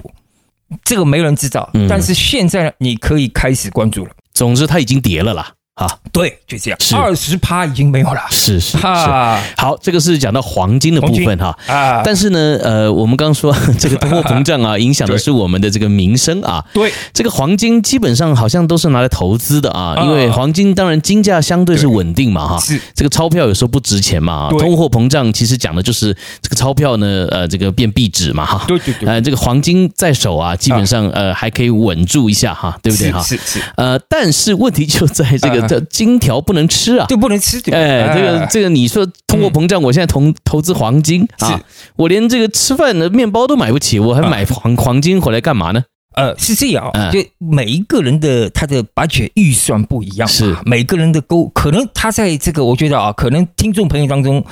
S5: 这个没人知道。
S4: 嗯
S5: 但是现在呢，你可以开始关注了。
S4: 总之它已经跌了啦，啊，
S5: 对，就这样
S4: 是，
S5: 二十趴已经没有了。
S4: 是 是是
S5: 啊。
S4: 好，这个是讲到黄金的部分哈。
S5: 啊
S4: 但是呢，呃，我们刚刚说 这个通货膨胀 啊，影响的是我们的这个民生啊。
S5: 对
S4: 这个黄金基本上好像都是拿来投资的啊，
S5: 啊
S4: 因为黄金当然金价相对是稳定嘛哈。
S5: 是
S4: 这个钞票有时候不值钱嘛啊，
S5: 对
S4: 通货膨胀其实讲的就是这个钞票呢，呃，这个变币值嘛哈。
S5: 对对对
S4: 呃，这个黄金在手啊，基本上呃还可以稳住一下哈，对不对哈？
S5: 是是是
S4: 呃，但是问题就在这个
S5: 啊
S4: 这金条不能吃啊。
S5: 就不能吃对不对
S4: 哎，这个
S5: 啊嗯
S4: 这个，你说通货膨胀，我现在投投资黄金啊
S5: 是，啊
S4: 我连这个吃饭的面包都买不起，我还买黄黄金回来干嘛呢？
S5: 呃，是这样啊、
S4: 嗯
S5: 就每一个人的他的 budget 预算不一样嘛，啊
S4: 是
S5: 每个人的沟，可能他在这个，我觉得啊，可能听众朋友当中，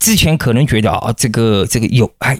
S5: 之前可能觉得啊，这个这个有，哎，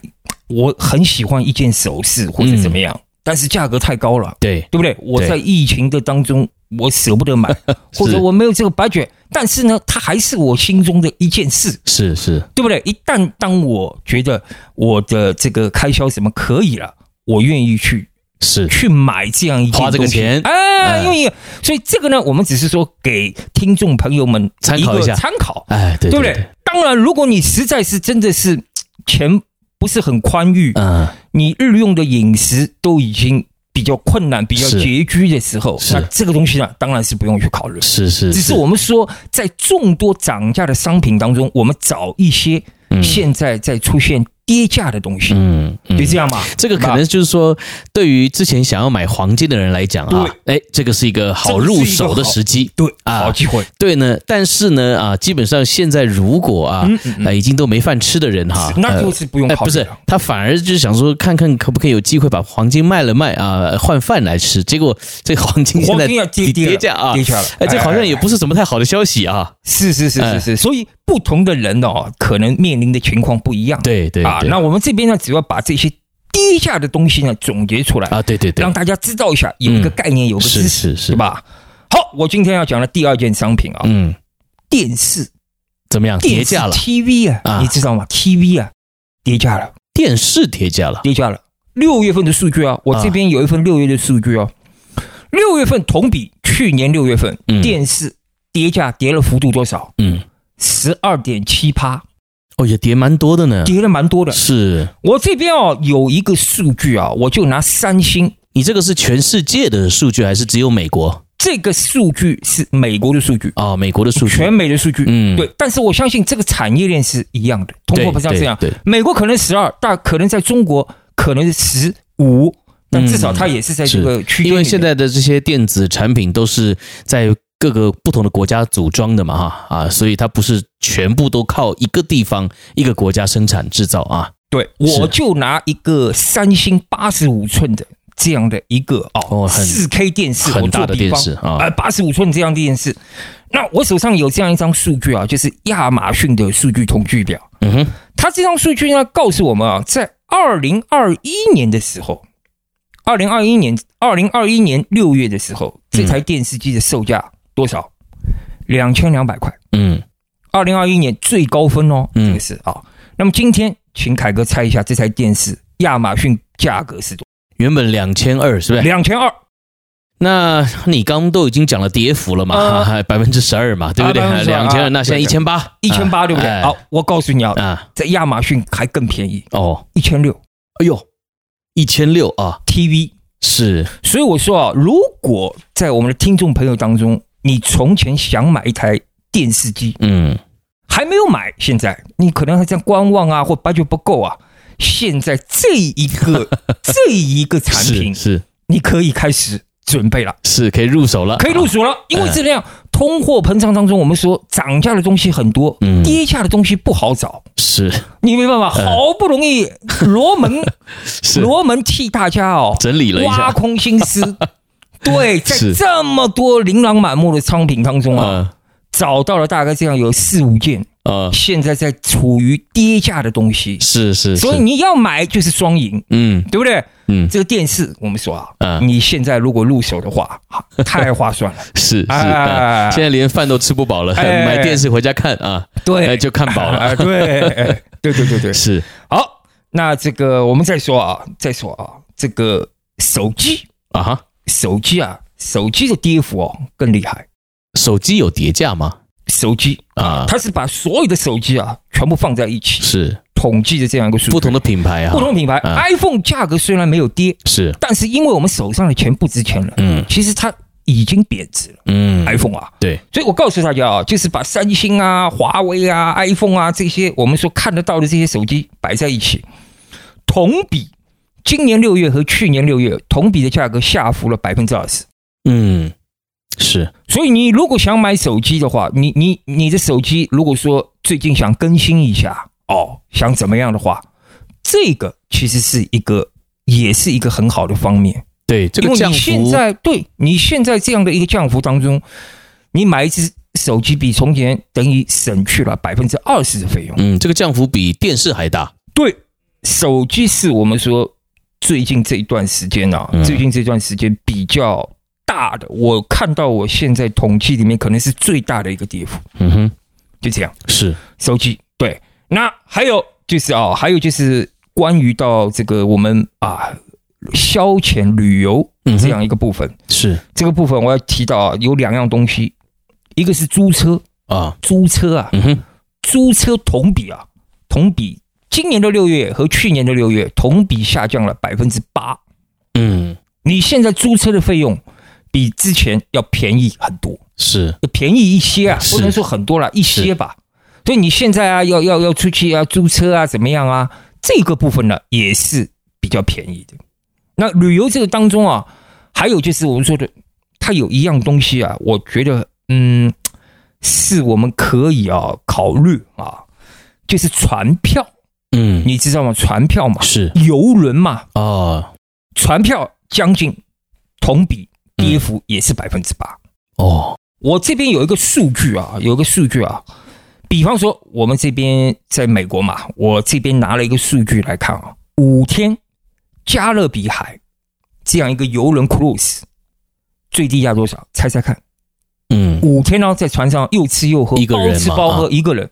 S5: 我很喜欢一件首饰或者怎么样，但是价格太高了，
S4: 嗯对，
S5: 对不对？我在疫情的当中，我舍不得买，
S4: 是
S5: 或者我没有这个 budget，但是呢，它还是我心中的一件事，
S4: 是是，
S5: 对不对？一旦当我觉得我的这个开销什么可以了，我愿意去
S4: 是
S5: 去买这样一件
S4: 花这个
S5: 东西
S4: 钱
S5: 哎，
S4: 嗯
S5: 因为所以这个呢，我们只是说给听众朋友们
S4: 参考一下
S5: 个参考，
S4: 哎，对
S5: 对不
S4: 对
S5: 对？？当然，如果你实在是真的是钱不是很宽裕，
S4: 嗯，
S5: 你日用的饮食都已经比较困难、比较
S4: 是
S5: 拮据的时候，
S4: 是
S5: 那这个东西呢，当然是不用去考虑。
S4: 是是，
S5: 只是我们说，在众多涨价的商品当中，我们找一些
S4: 嗯
S5: 现在在出现跌价的东西，
S4: 嗯嗯
S5: 就。这样吧。
S4: 这个可能就是说，对于之前想要买黄金的人来讲啊，哎，这个是一个好入手的时机，
S5: 对，
S4: 啊
S5: 好机会。
S4: 对呢。但是呢，啊，基本上现在如果啊，呃，已经都没饭吃的人哈，
S5: 嗯那
S4: 呃
S5: 就是不用
S4: 哎，不
S5: 考虑
S4: 是
S5: 了。，
S4: 他反而就是想说，看看可不可以有机会把黄金卖了卖啊，换饭来吃。结果 这个黄金现在
S5: 黄金要跌跌了
S4: 跌价啊，
S5: 跌价了
S4: 哎，这好像也
S5: 哎哎哎
S4: 不是什么太好的消息啊。
S5: 是是是
S4: 哎
S5: 是是，所以不同的人哦，可能面临的情况不一样。
S4: 对对
S5: 啊，
S4: 对
S5: 那我们这边呢，只要把这些低价的东西呢总结出来，
S4: 啊，对对对
S5: 让，大家知道一下，有一个
S4: 嗯
S5: 概念，有个
S4: 是
S5: 知识，
S4: 是是
S5: 对？吧？好，我今天要讲的第二件商品啊，
S4: 嗯，
S5: 电视
S4: 怎么样？
S5: 电
S4: 跌
S5: 视
S4: 价了，
S5: TV
S4: 啊
S5: 啊，你知道吗？TV 啊，跌价了，
S4: 电视跌价了。
S5: 跌价了。六月份的数据啊，我这边有一份六月的数据哦，六月份同比去年六月份
S4: 嗯
S5: 电视跌价跌了幅度多少？
S4: 嗯，
S5: 十二点七趴，
S4: 哦，也跌蛮多的呢。
S5: 跌了蛮多的。
S4: 是
S5: 我这边哦有一个数据啊，我就拿三星
S4: 你这个是全世界的数据，还是只有美国？
S5: 这个数据是美国的数据，
S4: 哦，美国的数据。
S5: 全美的数据，
S4: 嗯
S5: 对。但是我相信这个产业链是一样的，通货膨胀
S4: 对
S5: 这样
S4: 对对，
S5: 美国可能十二，但可能在中国可能是十五，但至少它也是在这个区间里面。
S4: 因为现在的这些电子产品都是在各个不同的国家组装的嘛，哈啊，所以它不是全部都靠一个地方、一个国家生产制造啊。
S5: 对，
S4: 是
S5: 我就拿一个三星八十五寸的这样的一个
S4: 哦
S5: 哦，
S4: 很
S5: 四 K 电视，
S4: 很
S5: 我
S4: 大
S5: 做
S4: 的
S5: 比方
S4: 电视啊
S5: 呃，八十五寸这样的电视。那我手上有这样一张数据啊，就是亚马逊的数据统计表。
S4: 嗯哼，
S5: 它这张数据呢，告诉我们啊，在二零二一年的时候，二零二一年二零二一年六月的时候，这台电视机的售价多少？两千两百块。
S4: 嗯，
S5: 二零二一年最高分哦，
S4: 嗯
S5: 这个是啊、那么今天，请凯哥猜一下这台电视亚马逊价格是多？
S4: 原本两千二是不是？
S5: 两千二，
S4: 那你刚刚都已经讲了跌幅了嘛，
S5: 啊
S4: 还百分之十二嘛，对不对？
S5: 啊12%
S4: 两千二，那现在
S5: 对
S4: 一千八，
S5: 一千八，对不对？
S4: 哎
S5: 好，我告诉你啊，
S4: 啊，
S5: 在亚马逊还更便宜，
S4: 哦，
S5: 一千六
S4: 哎呦，一千六啊，
S5: TV。
S4: 是
S5: 所以我说啊，如果在我们的听众朋友当中，你从前想买一台电视机，
S4: 嗯，
S5: 还没有买，现在你可能还在观望啊，或 budget 不够啊。现在这 一个这一个产
S4: 是
S5: 品，
S4: 是
S5: 你可以开始准备了。
S4: 是，可以入手了，
S5: 可以入手了，因为这样通货膨胀当中，我们说涨价的东西很多，
S4: 嗯
S5: 跌价的东西不好找，
S4: 是
S5: 你没办法，好不容易罗门
S4: 是
S5: 罗门替大家哦
S4: 整理了一
S5: 挖
S4: 下，
S5: 空心 思，对，在
S4: 是
S5: 这么多琳琅满目的商品当中啊，
S4: 嗯
S5: 找到了大概这样有四五件，
S4: 呃，
S5: 现在在处于跌价的东西，
S4: 是是，
S5: 所以
S4: 是
S5: 你要买就是双赢，
S4: 嗯
S5: 对不对？
S4: 嗯，
S5: 这个电视我们说啊，
S4: 嗯
S5: 你现在如果入手的话，太划算 了。
S4: 是是、
S5: 哎
S4: 嗯现在连饭都吃不饱了，
S5: 哎
S4: 买电视回家看啊，
S5: 对
S4: 哎就看饱了。
S5: 啊， 对，哎对对对对，
S4: 是，
S5: 好，那这个我们再说啊，再说啊，这个手机，
S4: 啊哈，
S5: 手机啊，手机的跌幅哦更厉害，
S4: 手机有叠价吗？
S5: 手机
S4: 啊
S5: 它是把所有的手机啊全部放在一起
S4: 是
S5: 统计的这样一个数据。
S4: 不同的品牌啊，
S5: 不同品牌、
S4: 啊
S5: i p h o n e 价格虽然没有跌，
S4: 是
S5: 但是因为我们手上的钱不值钱了，
S4: 嗯
S5: 其实它已经贬值了、
S4: 嗯
S5: iPhone 啊。
S4: 对
S5: 所以我告诉大家啊，就是把三星啊、华为啊、iPhone 啊这些我们所看得到的这些手机摆在一起，同比今年六月和去年六月同比的价格下浮了百分之二十。
S4: 嗯是
S5: 所以你如果想买手机的话，你你你的手机如果说最近想更新一下哦，想怎么样的话，这个其实是一个也是一个很好的方面，
S4: 对这
S5: 因
S4: 个
S5: 为
S4: 降
S5: 你现
S4: 幅
S5: 在对你现在这样的一个降幅当中，你买一只手机比从前等于省去了百分之二十的费用。
S4: 嗯这个降幅比电视还大，
S5: 对，手机是我们说最近这一段时间啊，
S4: 嗯
S5: 最近这段时间比较大的，我看到我现在统计里面可能是最大的一个跌幅，
S4: 嗯哼
S5: 就这样。
S4: 是
S5: 手机对，那还有就是啊、还有就是关于到这个我们啊消遣旅游
S4: 嗯哼
S5: 这样一个部分，
S4: 是
S5: 这个部分我要提到啊有两样东西，一个是租车，
S4: 啊
S5: 租车啊，
S4: 嗯哼
S5: 租车同比啊，同比今年的六月和去年的六月同比下降了百分之八。
S4: 嗯
S5: 你现在租车的费用比之前要便宜很多，
S4: 是
S5: 便宜一些啊，
S4: 是
S5: 不能说很多了，一些吧。所以你现在啊，要要要出去啊，租车啊，怎么样啊？这个部分呢，也是比较便宜的。那旅游这个当中啊，还有就是我们说的，它有一样东西啊，我觉得嗯，是我们可以啊考虑啊，就是船票，
S4: 嗯
S5: 你知道吗？船票嘛，
S4: 是
S5: 游轮嘛，
S4: 啊
S5: 船票将近同比跌幅也是百分之八。
S4: 哦
S5: 我这边有一个数据啊，有一个数据啊，比方说我们这边在美国嘛，我这边拿了一个数据来看啊，五天加勒比海这样一个游轮 cruise 最低价多少？猜猜看，
S4: 嗯
S5: 五天呢、在船上又吃又喝，
S4: 一个人嘛
S5: 包吃包喝
S4: 啊
S5: 一个人、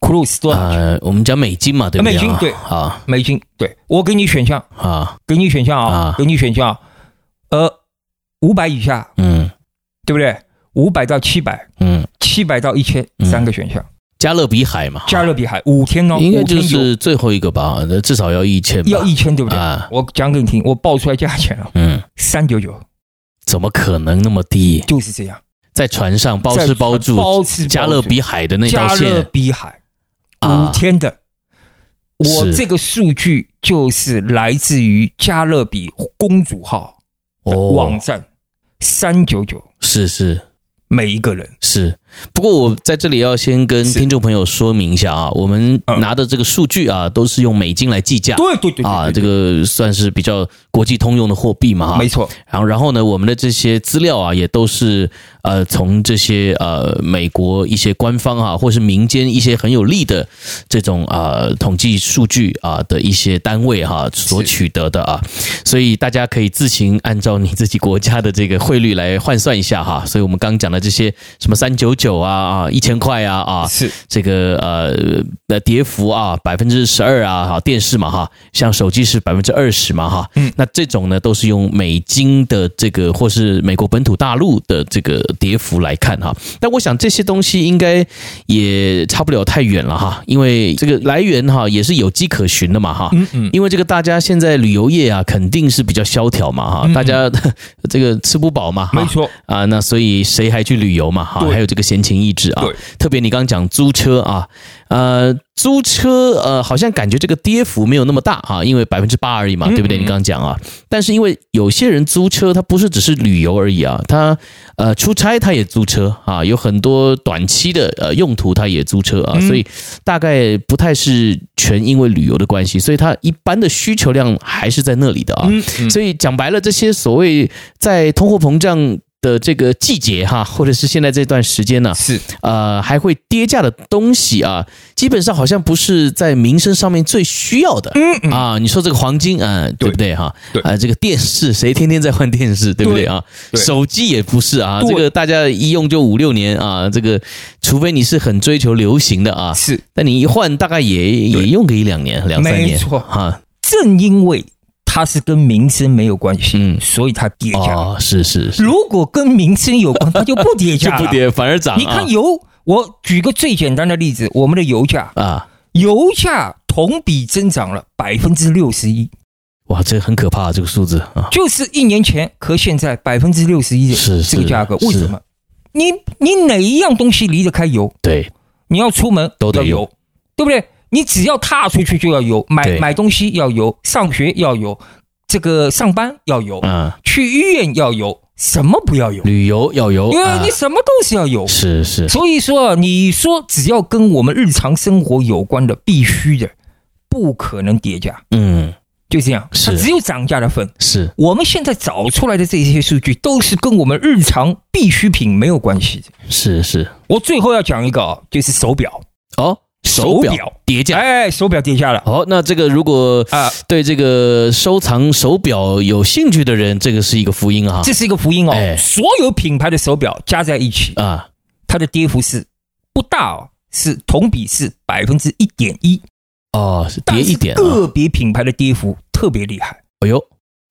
S5: cruise 多少钱？
S4: 啊我们讲美金嘛对不对啊？
S5: 美金对
S4: 啊
S5: 美金？对我给你选项，
S4: 啊
S5: 给你选项啊
S4: 啊，
S5: 给你选项啊，呃，五百以下，
S4: 嗯
S5: 对不对？五百到七百，
S4: 嗯
S5: 七百到一千，三个选项。
S4: 加勒比海嘛啊
S5: 加勒比海五天哦，
S4: 应该就
S5: 五天
S4: 是最后一个吧，那至少要一千吧
S5: 有要一千，对不对？
S4: 啊
S5: 我讲给你听，我报出来价钱啊，
S4: 嗯
S5: 三九九，
S4: 怎么可能那么低？
S5: 就是这样。
S4: 在船上包吃包住，
S5: 在包吃包住
S4: 加勒比海的那条
S5: 加勒
S4: 线
S5: 比海
S4: 啊
S5: 五天的，我
S4: 是
S5: 这个数据就是来自于加勒比公主号的网
S4: 哦，
S5: 站，三九九
S4: 是是
S5: 每一个人。
S4: 是。不过我在这里要先跟
S5: 是嗯
S4: 听众朋友说明一下啊，我们拿的这个数据啊，都是用美金来计价。
S5: 对对对对
S4: 啊，
S5: 对
S4: 这个啊算是比较国际通用的货币嘛哈，
S5: 没错，
S4: 然后，然后呢，我们的这些资料啊，也都是呃从这些呃美国一些官方啊，或是民间一些很有力的这种呃统计数据啊的一些单位哈、所取得的啊，所以大家可以自行按照你自己国家的这个汇率来换算一下哈。所以我们刚讲的这些什么三九九啊啊一千块啊啊
S5: 是
S4: 这个呃的跌幅啊，百分之十二啊，哈，电视嘛哈，像手机是百分之二十嘛哈，嗯，那这种呢都是用美金的这个或是美国本土大陆的这个跌幅来看哈，但我想这些东西应该也差不了太远了哈，因为这个来源哈也是有迹可循的嘛哈，嗯嗯，因为这个大家现在旅游业啊肯定是比较萧条嘛哈，大家 这个吃不饱嘛，哈
S5: 没错，
S4: 啊，那所以谁还去旅游嘛？哈，
S5: 对
S4: 还有这个闲情逸致啊
S5: 对。
S4: 特别你刚刚讲租车啊，呃，租车呃，好像感觉这个跌幅没有那么大啊，因为百分之八而已嘛，
S5: 嗯
S4: 对不对？你刚刚讲啊，但是因为有些人租车，他不是只是旅游而已啊，他呃出差他也租车啊，有很多短期的呃用途他也租车
S5: 嗯
S4: 啊，所以大概不太是全因为旅游的关系，所以它一般的需求量还是在那里的啊。所以讲白了，这些所谓在通货膨胀。的这个季节哈，或者是现在这段时间呢、
S5: 是
S4: 呃，还会跌价的东西啊，基本上好像不是在民生上面最需要的。嗯嗯啊，你说这个黄金啊、呃对不对哈？
S5: 对
S4: 啊、这个电视谁天天在换电视，对不对啊？
S5: 对
S4: 手机也不是啊，
S5: 对
S4: 这个大家一用就五六年啊，这个除非你是很追求流行的啊，
S5: 是，
S4: 但你一换大概也也用个一两年、两三
S5: 没
S4: 年，
S5: 错
S4: 哈、
S5: 正因为它是跟民生没有关系，
S4: 嗯
S5: 所以它跌价。
S4: 哦，是是是，
S5: 如果跟民生有关，它就不跌
S4: 就
S5: 价了。
S4: 不跌反而涨、啊。
S5: 你看油，我举个最简单的例子，我们的油价，
S4: 啊，
S5: 油价同比增长了百分之六十一，
S4: 哇，这个很可怕、这个数字啊，
S5: 就是一年前和现在百分之六十一
S4: 是
S5: 的
S4: 是
S5: 这个价格，
S4: 是
S5: 为什么？你你哪一样东西离得开油？
S4: 对，
S5: 你要出门
S4: 都得
S5: 要
S4: 有
S5: 油，对不对？你只要踏出去就要油，
S4: 对
S5: 买买东西要油，上学要油，这个上班要油，
S4: 嗯，
S5: 去医院要油，什么不要油？
S4: 旅游要有，
S5: 因为
S4: 啊
S5: 你什么都是要油。
S4: 是是，
S5: 所以说啊，你说只要跟我们日常生活有关的，必须的，不可能叠加，
S4: 嗯，
S5: 就这样，
S4: 是
S5: 它只有涨价的份。
S4: 是
S5: 我们现在找出来的这些数据，都是跟我们日常必需品没有关系的。
S4: 是是，
S5: 我最后要讲一个啊，就是手表，
S4: 哦，手
S5: 表
S4: 表叠加。
S5: 哎，手表跌价了。
S4: 好，那这个如果
S5: 啊
S4: 对这个收藏手表有兴趣的人，这个是一个福音啊
S5: 这是一个福音哦，
S4: 哎
S5: 所有品牌的手表加在一起，
S4: 啊！
S5: 它的跌幅是不大哦，是同比是百分之一点一，
S4: 哦，是叠一点
S5: 但是
S4: 啊，
S5: 个别品牌的跌幅特别厉害。
S4: 哎呦，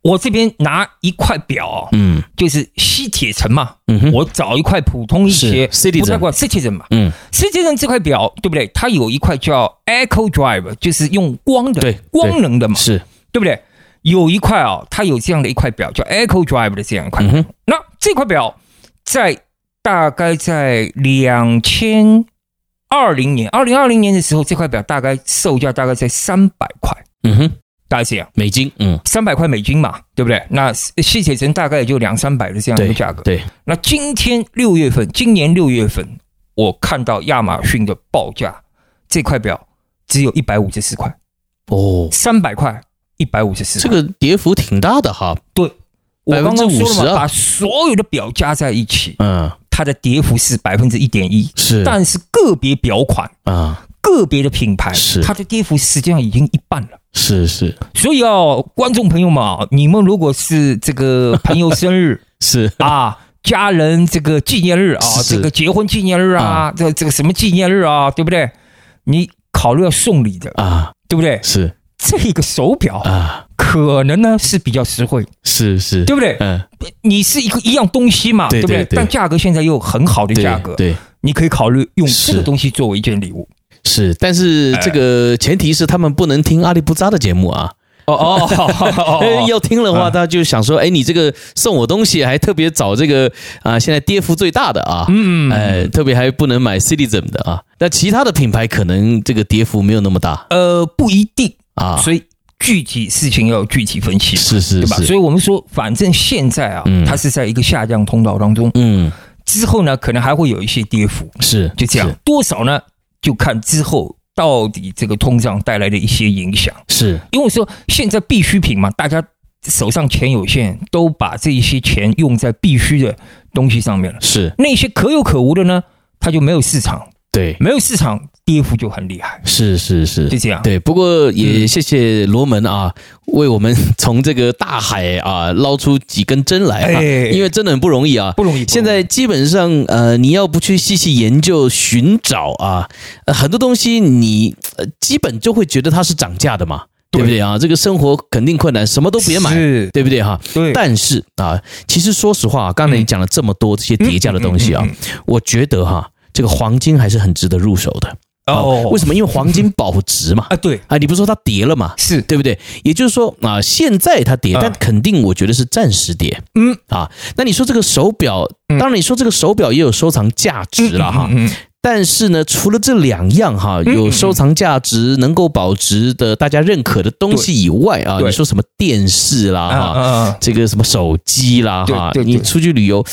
S5: 我这边拿一块表哦、
S4: 嗯
S5: 就是西铁城嘛，
S4: 嗯哼，
S5: 我找一块普通一些，
S4: 是
S5: 不
S4: Citizen
S5: 太管 Citizen 嘛
S4: 嗯
S5: ，Citizen 这块表对不对？它有一块叫 Echo Drive，就是用光的，
S4: 对
S5: 光能的嘛，
S4: 是
S5: 对不对？有一块哦，它有这样的一块表叫 Echo Drive 的这样一块，
S4: 嗯哼
S5: 那这块表在大概在两千二零年，二零二零年的时候，这块表大概售价大概在三百块，
S4: 嗯哼，
S5: 大概这样，
S4: 美金嗯
S5: 三百块美金嘛，对不对？那西铁城大概也就两三百的这样一
S4: 对
S5: 个嗯价格。
S4: 对
S5: 那今天六月份，今年六月份，我看到亚马逊的报价，这块表只有一百五十四块，
S4: 哦，
S5: 三百块，一百五十四。
S4: 这个跌幅挺大的哈，
S5: 对，我刚刚说了
S4: 50%
S5: 嘛，
S4: 啊
S5: 把所有的表加在一起，
S4: 嗯
S5: 它的跌幅是百分之一点一，
S4: 是
S5: 但是个别表款、
S4: 啊
S5: 个别的品牌
S4: 是，
S5: 它的跌幅实际上已经一半了。
S4: 是是
S5: 所以哦，观众朋友们啊，你们如果是这个朋友生日
S4: 是
S5: 啊。家人这个纪念日啊，
S4: 是
S5: 这个结婚纪念日啊，这这个什么纪念日啊，对不对？你考虑要送礼的，
S4: 啊
S5: 对不对？
S4: 是
S5: 这个手表
S4: 啊
S5: 可能呢是比较实惠，
S4: 是是，
S5: 对不对？
S4: 嗯
S5: 你是一个一样东西嘛，
S4: 对
S5: 不
S4: 对对
S5: 但价格现在又有很好的
S4: 对
S5: 价格，
S4: 对。
S5: 你可以考虑用
S4: 是
S5: 这个东西作为一件礼物。
S4: 是，但是
S5: 哎
S4: 这个前提是他们不能听阿里不扎的节目啊。
S5: 哦哦哦
S4: 哎要听的话，
S5: 啊
S4: 他就想说，哎，你这个送我东西还特别找这个啊，现在跌幅最大的啊，
S5: 嗯
S4: 哎，特别还不能买 Citizen 的啊。那其他的品牌可能这个跌幅没有那么大
S5: 呃，不一定，
S4: 啊。
S5: 所以具体事情要有具体分析，
S4: 是是
S5: 对吧？所
S4: 是，
S5: 以我们说，反正现在啊
S4: 嗯，
S5: 它是在一个下降通道当中，
S4: 嗯，
S5: 之后呢，可能还会有一些跌幅，
S4: 是
S5: 就这样，多少呢？就看之后到底这个通胀带来的一些影响。
S4: 是是
S5: 因为我说现在必需品嘛，大家手上钱有限，都把这一些钱用在必须的东西上面了。
S4: 是，
S5: 那些可有可无的呢，它就没有市场，
S4: 对，
S5: 没有市场，跌幅就很厉害，
S4: 是是是
S5: 就。这样。
S4: 对，不过也
S5: 嗯
S4: 谢谢罗门啊，为我们 从这个大海啊捞出几根针来啊，
S5: 哎
S4: 因为真的很不容易啊，
S5: 不容易。
S4: 现在基本上，呃，你要不去细细研究、寻找啊，呃很多东西你、呃基本就会觉得它是涨价的嘛，对不对啊？这个生活肯定困难，什么都
S5: 不容
S4: 别
S5: 易
S4: 买，
S5: 是
S4: 对不对哈、
S5: 对，嗯
S4: 但是啊，其实说实话，刚才你讲了这么多这些叠加的东西啊，
S5: 嗯嗯嗯
S4: 我觉得哈、这个黄金还是很值得入手的。啊
S5: 哦
S4: 为什么？因为黄金保值嘛。
S5: 啊？对，
S4: 啊，你不是说它跌了嘛？
S5: 是
S4: 对不对？也就是说啊，现在它跌，
S5: 啊
S4: 但肯定我觉得是暂时跌。
S5: 嗯
S4: 啊，那你说这个手表，当然你说这个手表也有收藏价值了哈。
S5: 嗯，嗯嗯
S4: 但是呢，除了这两样哈，有收藏价值、能够保值的、大家认可的东西以外啊，
S5: 对
S4: 你说什么电视啦
S5: 啊
S4: 哈，
S5: 啊，
S4: 这个什么手机啦哈，
S5: 对对对
S4: 你出去旅游，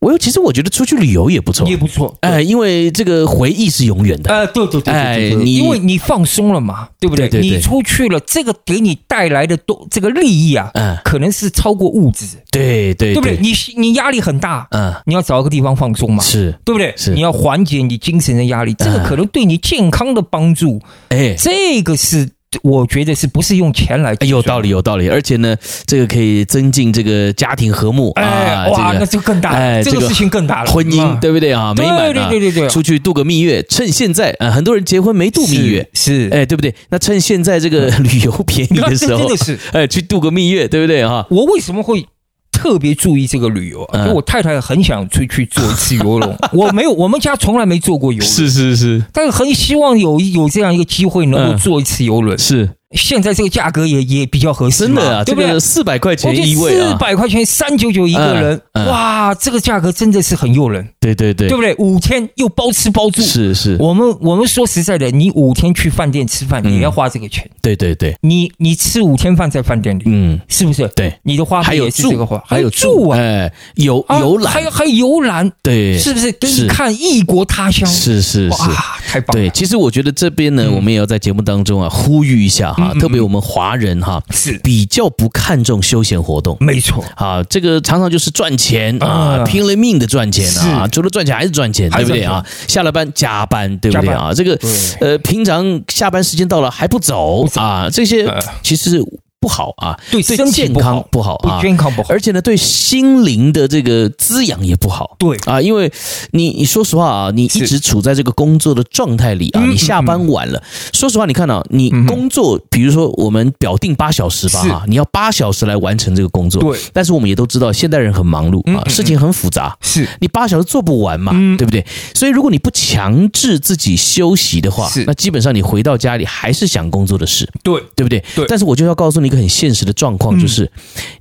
S4: 我又其实我觉得出去旅游也不错。
S5: 也不错。
S4: 哎，因为这个回忆是永远的。
S5: 呃，对对对
S4: 哎
S5: 对对对，
S4: 你
S5: 因为你放松了嘛，对不对？
S4: 对对对
S5: 你出去了，这个给你带来的多这个利益啊，
S4: 嗯
S5: 可能是超过物质，
S4: 对对
S5: 对不对？你你压力很大，
S4: 嗯，
S5: 你要找一个地方放松嘛，
S4: 是，
S5: 对不对？
S4: 是啊
S5: 你要缓解你精神的压力，这个可能对你健康的帮助，
S4: 哎，
S5: 这个是我觉得是不是用钱来计
S4: 哎
S5: 算？
S4: 有道理，有道理，而且呢，这个可以增进这个家庭和睦啊
S5: 哎，，哇，
S4: 这
S5: 那
S4: 个
S5: 就更大了，
S4: 哎，
S5: 这
S4: 这
S5: 个事情更大了，
S4: 婚姻
S5: 嗯
S4: 对不对啊？美
S5: 对
S4: 满啊
S5: 对对对对
S4: 出去度个蜜月，趁现在啊，很多人结婚没度蜜月，
S5: 是 是
S4: 哎，对不对？那趁现在这个旅游便宜的时候，
S5: 真的是
S4: 哎，去度个蜜月，对不对啊？
S5: 我为什么会特别注意这个旅游啊？
S4: 嗯
S5: 就我太太很想出去做一次游 轮，我没有，我们家从来没做过游轮，
S4: 是是
S5: 但是很希望有有这样一个机会能
S4: 嗯
S5: 够做一次游轮。
S4: 是，
S5: 现在这个价格也也比较合适
S4: 真
S5: 嘛，
S4: 的啊，这
S5: 对不对？
S4: 个四百块
S5: 我
S4: 钱
S5: 觉
S4: 一位
S5: 得四
S4: 啊，
S5: 百块钱三九九一个人，
S4: 嗯嗯
S5: 哇，这个价格真的是很诱人，
S4: 对对对
S5: 对，不对？五天又包吃包住，
S4: 是是，
S5: 我们我们说实在的，你五天去饭店吃饭，
S4: 嗯
S5: 也要花这个钱。
S4: 对对对，
S5: 你你吃五天饭在饭店里，
S4: 嗯，
S5: 是不是？
S4: 对，
S5: 你的花
S4: 还
S5: 费
S4: 有
S5: 也是这个
S4: 住
S5: 花，，
S4: 还有
S5: 住啊，
S4: 哎，游
S5: 啊
S4: 游览
S5: 还，有还有游览，
S4: 对，
S5: 是不是？给
S4: 是
S5: 你看异国他乡，
S4: 是是是。
S5: 哇，太棒啊嗯
S4: 对，
S5: 了！
S4: 其实我觉得这边呢，我们也要在节目当中啊呼吁一下哈，
S5: 嗯
S4: 特别我们华人哈，
S5: 是
S4: 比较不看重休闲活动。
S5: 没错，
S4: 啊，这个常常就是赚钱啊，
S5: 啊
S4: 拼了命的赚钱啊，
S5: 是
S4: 除了赚钱还是赚钱，
S5: 还
S4: 对
S5: 是
S4: 不对啊？下了班加班，对不对
S5: 加
S4: 啊？这个呃，平常下班时间到了还不走啊，这些
S5: 呃
S4: 其实不好啊，
S5: 对
S4: 对
S5: 身体
S4: 健
S5: 不好
S4: 康不好啊，
S5: 对健康不好
S4: 而且呢，对心灵的这个滋养也不好。
S5: 对
S4: 啊，因为你你说实话啊，你一
S5: 是嗯
S4: 直处在这个工作的状态里啊，你下班晚了，说实话，你看到你工作，比如说我们表定八小时吧，
S5: 是
S4: 哈，你要八小时来完成这个工作，
S5: 对
S4: 但是我们也都知道，现代人很忙碌
S5: 嗯
S4: 啊，事情很复杂，
S5: 是
S4: 你八小时做不完嘛，
S5: 嗯
S4: 对不对？所以如果你不强制自己休息的话
S5: 是，
S4: 那基本上你回到家里还是想工作的事，
S5: 对，
S4: 对不对？
S5: 对嗯
S4: 但是我就要告诉你一个很现实的状况，就是、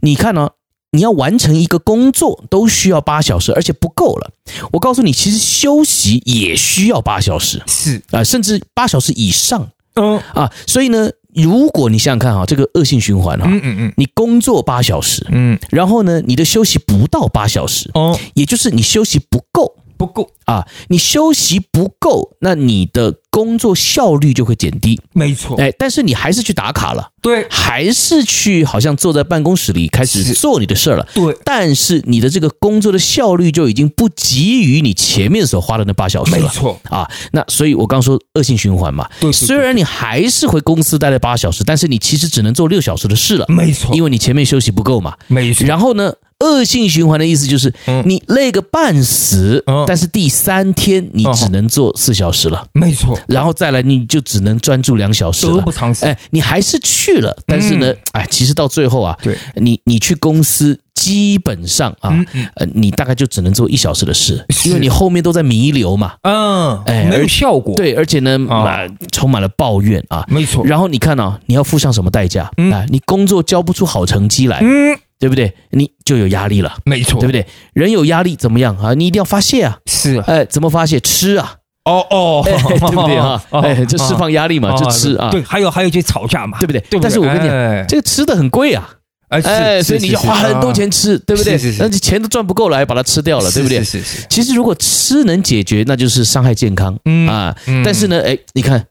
S4: 你看呢、你要完成一个工作都需要八小时，而且不够了。我告诉你，其实休息也需要八小时
S5: 是，
S4: 啊、甚至八小时以上
S5: 嗯
S4: 啊。所以呢，如果你想想看哈、啊这个恶性循环哈、
S5: 嗯嗯嗯
S4: 你工作八小时，
S5: 嗯，
S4: 然后呢，你的休息不到八小时，
S5: 哦，
S4: 也就是你休息不够。
S5: 不够，
S4: 啊，你休息不够，那你的工作效率就会减低。
S5: 没错，
S4: 哎，但是你还是去打卡了，
S5: 对
S4: 还是去好像坐在办公室里开始
S5: 是
S4: 做你的事儿了。
S5: 对，
S4: 但是你的这个工作的效率就已经不及于你前面所花的那八小时
S5: 没
S4: 了
S5: 错，
S4: 啊。那所以我刚说恶性循环嘛，
S5: 对对对
S4: 虽然你还是回公司待了八小时，但是你其实只能做六小时的事了，
S5: 没错
S4: 因，为你前面休息不够嘛。
S5: 没错，
S4: 然后呢，恶性循环的意思就是、
S5: 嗯
S4: 你累个半死，
S5: 嗯
S4: 但是第三天你
S5: 嗯
S4: 只能做四小时了。
S5: 没错，
S4: 然后再来，你就只能专注两小时
S5: 得
S4: 了
S5: 不。偿失，
S4: 哎，你还是去了，但是呢，哎，其实到最后啊，
S5: 对
S4: 你你去公司基本上啊
S5: 嗯嗯，
S4: 呃，你大概就只能做一小时的事，
S5: 是
S4: 因为你后面都在弥留嘛。
S5: 嗯，
S4: 哎
S5: 没
S4: 而
S5: 有效果，，
S4: 对，而且呢，
S5: 啊
S4: 满充满了抱怨啊。
S5: 没错，
S4: 然后你看啊，你要付上什么代价？啊，你工作交不出好成绩来，
S5: 嗯，
S4: 对不对？你就有压力了，
S5: 没错，
S4: 对不对？人有压力怎么样啊？你一定要发泄啊！
S5: 是啊，
S4: 哎，怎么发泄？吃 啊，
S5: 哦哦，
S4: 哎 对不 对啊？
S5: 哦
S4: 哎，这释
S5: 哦
S4: 放压力嘛，
S5: 哦
S4: 就吃啊，
S5: 对，还有还有就吵架嘛，
S4: 对不对
S5: 对不对？
S4: 但是我跟你讲
S5: 哎
S4: 这个吃的很贵啊。哎，
S5: 哎，是啊
S4: 所以你要花很多，钱吃，对不对
S5: 是是？是
S4: 那你钱都赚不够了，还把它吃掉了，
S5: 是
S4: 对不对
S5: 是？是是是，
S4: 其实如果吃能解决，那就是伤害健康
S5: 嗯
S4: 啊
S5: 嗯。
S4: 但是呢，哎，你看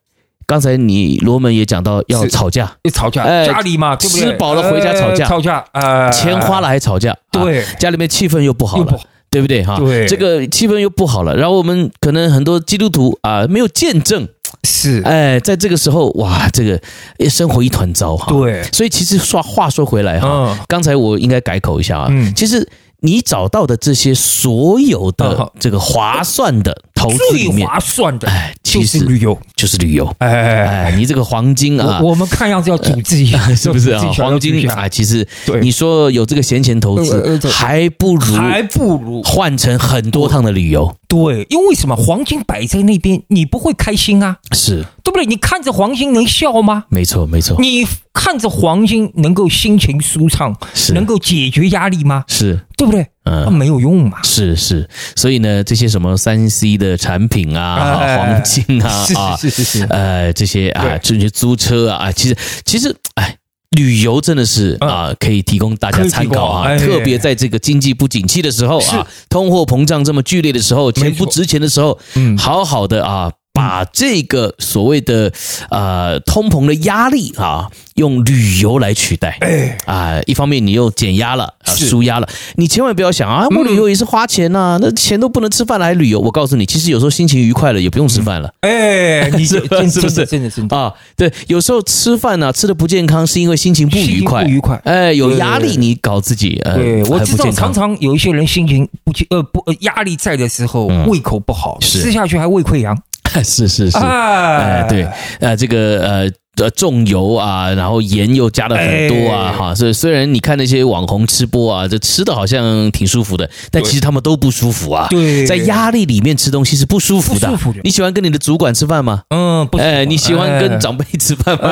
S4: 刚才你罗门也讲到要
S5: 是
S4: 吵架，
S5: 就吵架，
S4: 哎
S5: 家里嘛，对不
S4: 吃
S5: 对？
S4: 饱了回家吵架
S5: 哎吵架，呃，
S4: 钱花了还吵架，啊
S5: 对
S4: 家里面气氛又不好
S5: 又不
S4: 了
S5: 好。
S4: 对不对哈？
S5: 对
S4: 这个气氛又不好了。然后我们可能很多基督徒啊，没有见证，
S5: 是，
S4: 哎，在这个时候哇，这个哎生活一团糟哈。
S5: 对
S4: 所以其实说话说回来哈，
S5: 嗯
S4: 刚才我应该改口一下啊，
S5: 嗯
S4: 其实你找到的这些所有
S5: 嗯
S4: 的
S5: 好
S4: 这个划算的投资里
S5: 最
S4: 面，
S5: 划算的
S4: 哎，
S5: 就
S4: 其
S5: 是
S4: 实
S5: 旅游，
S4: 就是旅游，
S5: 哎哎哎，
S4: 哎，你这个黄金啊
S5: 我。我们看样子要组织一下，
S4: 是不是啊
S5: 要组？织一下
S4: 黄金
S5: 要组
S4: 啊，
S5: 织一下
S4: 其实
S5: 对
S4: 你说有这个闲钱投
S5: 呃
S4: 资
S5: 呃，对
S4: 还不如
S5: 还不如
S4: 换成很多趟的旅游。
S5: 对，因为为什么黄金摆在那边，你不会开心啊，
S4: 是，
S5: 对不对？你看着黄金能笑吗？
S4: 没错，没错，
S5: 你看着黄金能够心情舒畅
S4: 是，
S5: 能够解决压力吗？
S4: 是，
S5: 对不对？
S4: 嗯
S5: 啊没有用嘛。
S4: 是是，所以呢，这些什么三 C 的产品啊、
S5: 哎
S4: 黄金啊、
S5: 是
S4: 啊
S5: 是是是是
S4: 呃，这些啊，这些租车啊，啊其实其实哎。旅游真的是
S5: 嗯
S4: 啊，可以提供大家
S5: 可以提
S4: 参考啊，
S5: 供哎
S4: 特别在这个经济不景气的时候啊，通货膨胀这么剧烈的时候，钱
S5: 没错嗯
S4: 不值钱的时候，好好的啊，把这个所谓的呃通膨的压力啊，用旅游来取代。哎啊，一方面你又减压了，啊
S5: 是嗯
S4: 舒压了，你千万不要想啊，我旅游也是花钱呐、那钱都不能吃饭了还旅游。我告诉你，其实有时候心情愉快了也不用吃饭了。
S5: 哎，你
S4: 是吧
S5: 真
S4: 是不是
S5: 真的真的真的，
S4: 啊，对，有时候吃饭呢、吃的不健康，是因为心情不愉快，
S5: 心情不愉快
S4: 哎，有
S5: 对
S4: 压力，你搞自己，呃，
S5: 对，我
S4: 还
S5: 知
S4: 不
S5: 道，
S4: 健
S5: 常
S4: 康，
S5: 常有一些人心情不去呃不呃压力在的时候，胃口不好，
S4: 嗯是
S5: 吃下去还胃溃疡
S4: 是是是，哎
S5: 啊，，
S4: 对，呃，这个呃。呃，重油啊，然后盐又加了很多啊，
S5: 哎
S4: 哈、所以虽然你看那些网红吃播啊，这吃的好像挺舒服的，但其实他们都不舒服啊。
S5: 对
S4: 在压力里面吃东西是不舒服的。
S5: 不舒服的
S4: 你喜欢跟你的主管吃饭吗？
S5: 嗯，不舒服，
S4: 哎，你喜欢跟
S5: 哎
S4: 长辈吃饭吗？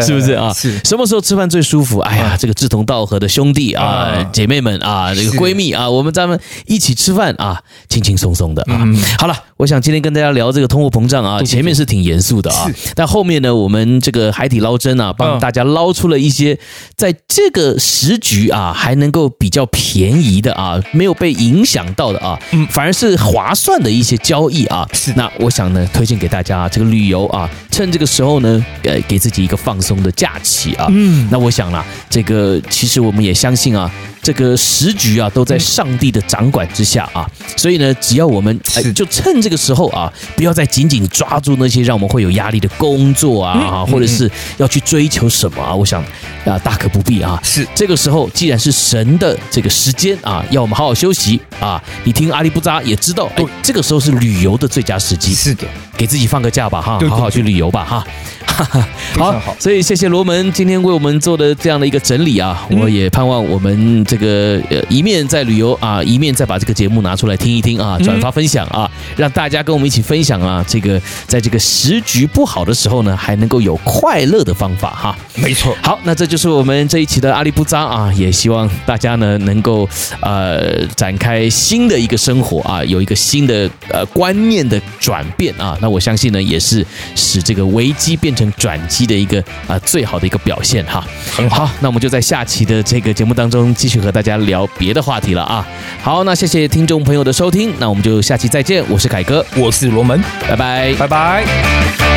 S4: 是不是啊？
S5: 是
S4: 什么时候吃饭最舒服？哎呀，这个志同道合的兄弟啊
S5: 啊、
S4: 姐妹们啊、这个
S5: 是
S4: 闺蜜啊，我们咱们一起吃饭啊，轻轻松松的啊。
S5: 嗯
S4: 好了，我想今天跟大家聊这个通货膨胀啊，前面是挺严肃的啊，但后面呢，我们这个海底捞针啊，帮
S5: 嗯
S4: 大家捞出了一些在这个时局啊，还能够比较便宜的啊，没有被影响到的啊，
S5: 嗯
S4: 反而是划算的一些交易啊。
S5: 是
S4: 那我想呢，推荐给大家、啊、这个旅游啊，趁这个时候呢，呃，给自己一个放松的假期啊。嗯，那我想啦、这个其实我们也相信啊，这个时局啊都在上帝的掌管之下啊，所以呢，只要我们哎、
S5: 是
S4: 就趁这个时候啊，不要再紧紧抓住那些让我们会有压力的工作啊，啊或者是要去追求什么啊，我想啊，大可不必啊。
S5: 是
S4: 这个时候，既然是神的这个时间啊，要我们好好休息啊。你听阿里不扎也知道，哎
S5: 对，
S4: 这个时候是旅游的最佳时机，
S5: 是的，
S4: 给自己放个假吧哈，
S5: 对对
S4: 好好去旅游吧 哈。哈哈，
S5: 非常好
S4: 所以谢谢罗门今天为我们做的这样的一个整理啊，
S5: 嗯
S4: 我也盼望我们这个呃一面在旅游啊，一面再把这个节目拿出来听一听
S5: 嗯
S4: 啊，转发分享啊，让大家跟我们一起分享啊，这个在这个时局不好的时候呢，还能够有快乐的方法哈。
S5: 没错，
S4: 好，那这就是我们这一期的阿里不扎啊，也希望大家呢能够呃展开新的一个生活啊，有一个新的呃观念的转变啊。那我相信呢，也是使这个危机变成转机的一个啊、最好的一个表现哈。
S5: 很好。
S4: 好，那我们就在下期的这个节目当中继续和大家聊别的话题了啊。好，那谢谢听众朋友的收听，那我们就下期再见，我是凯哥，
S5: 我是罗门，
S4: 拜拜。
S5: 拜拜。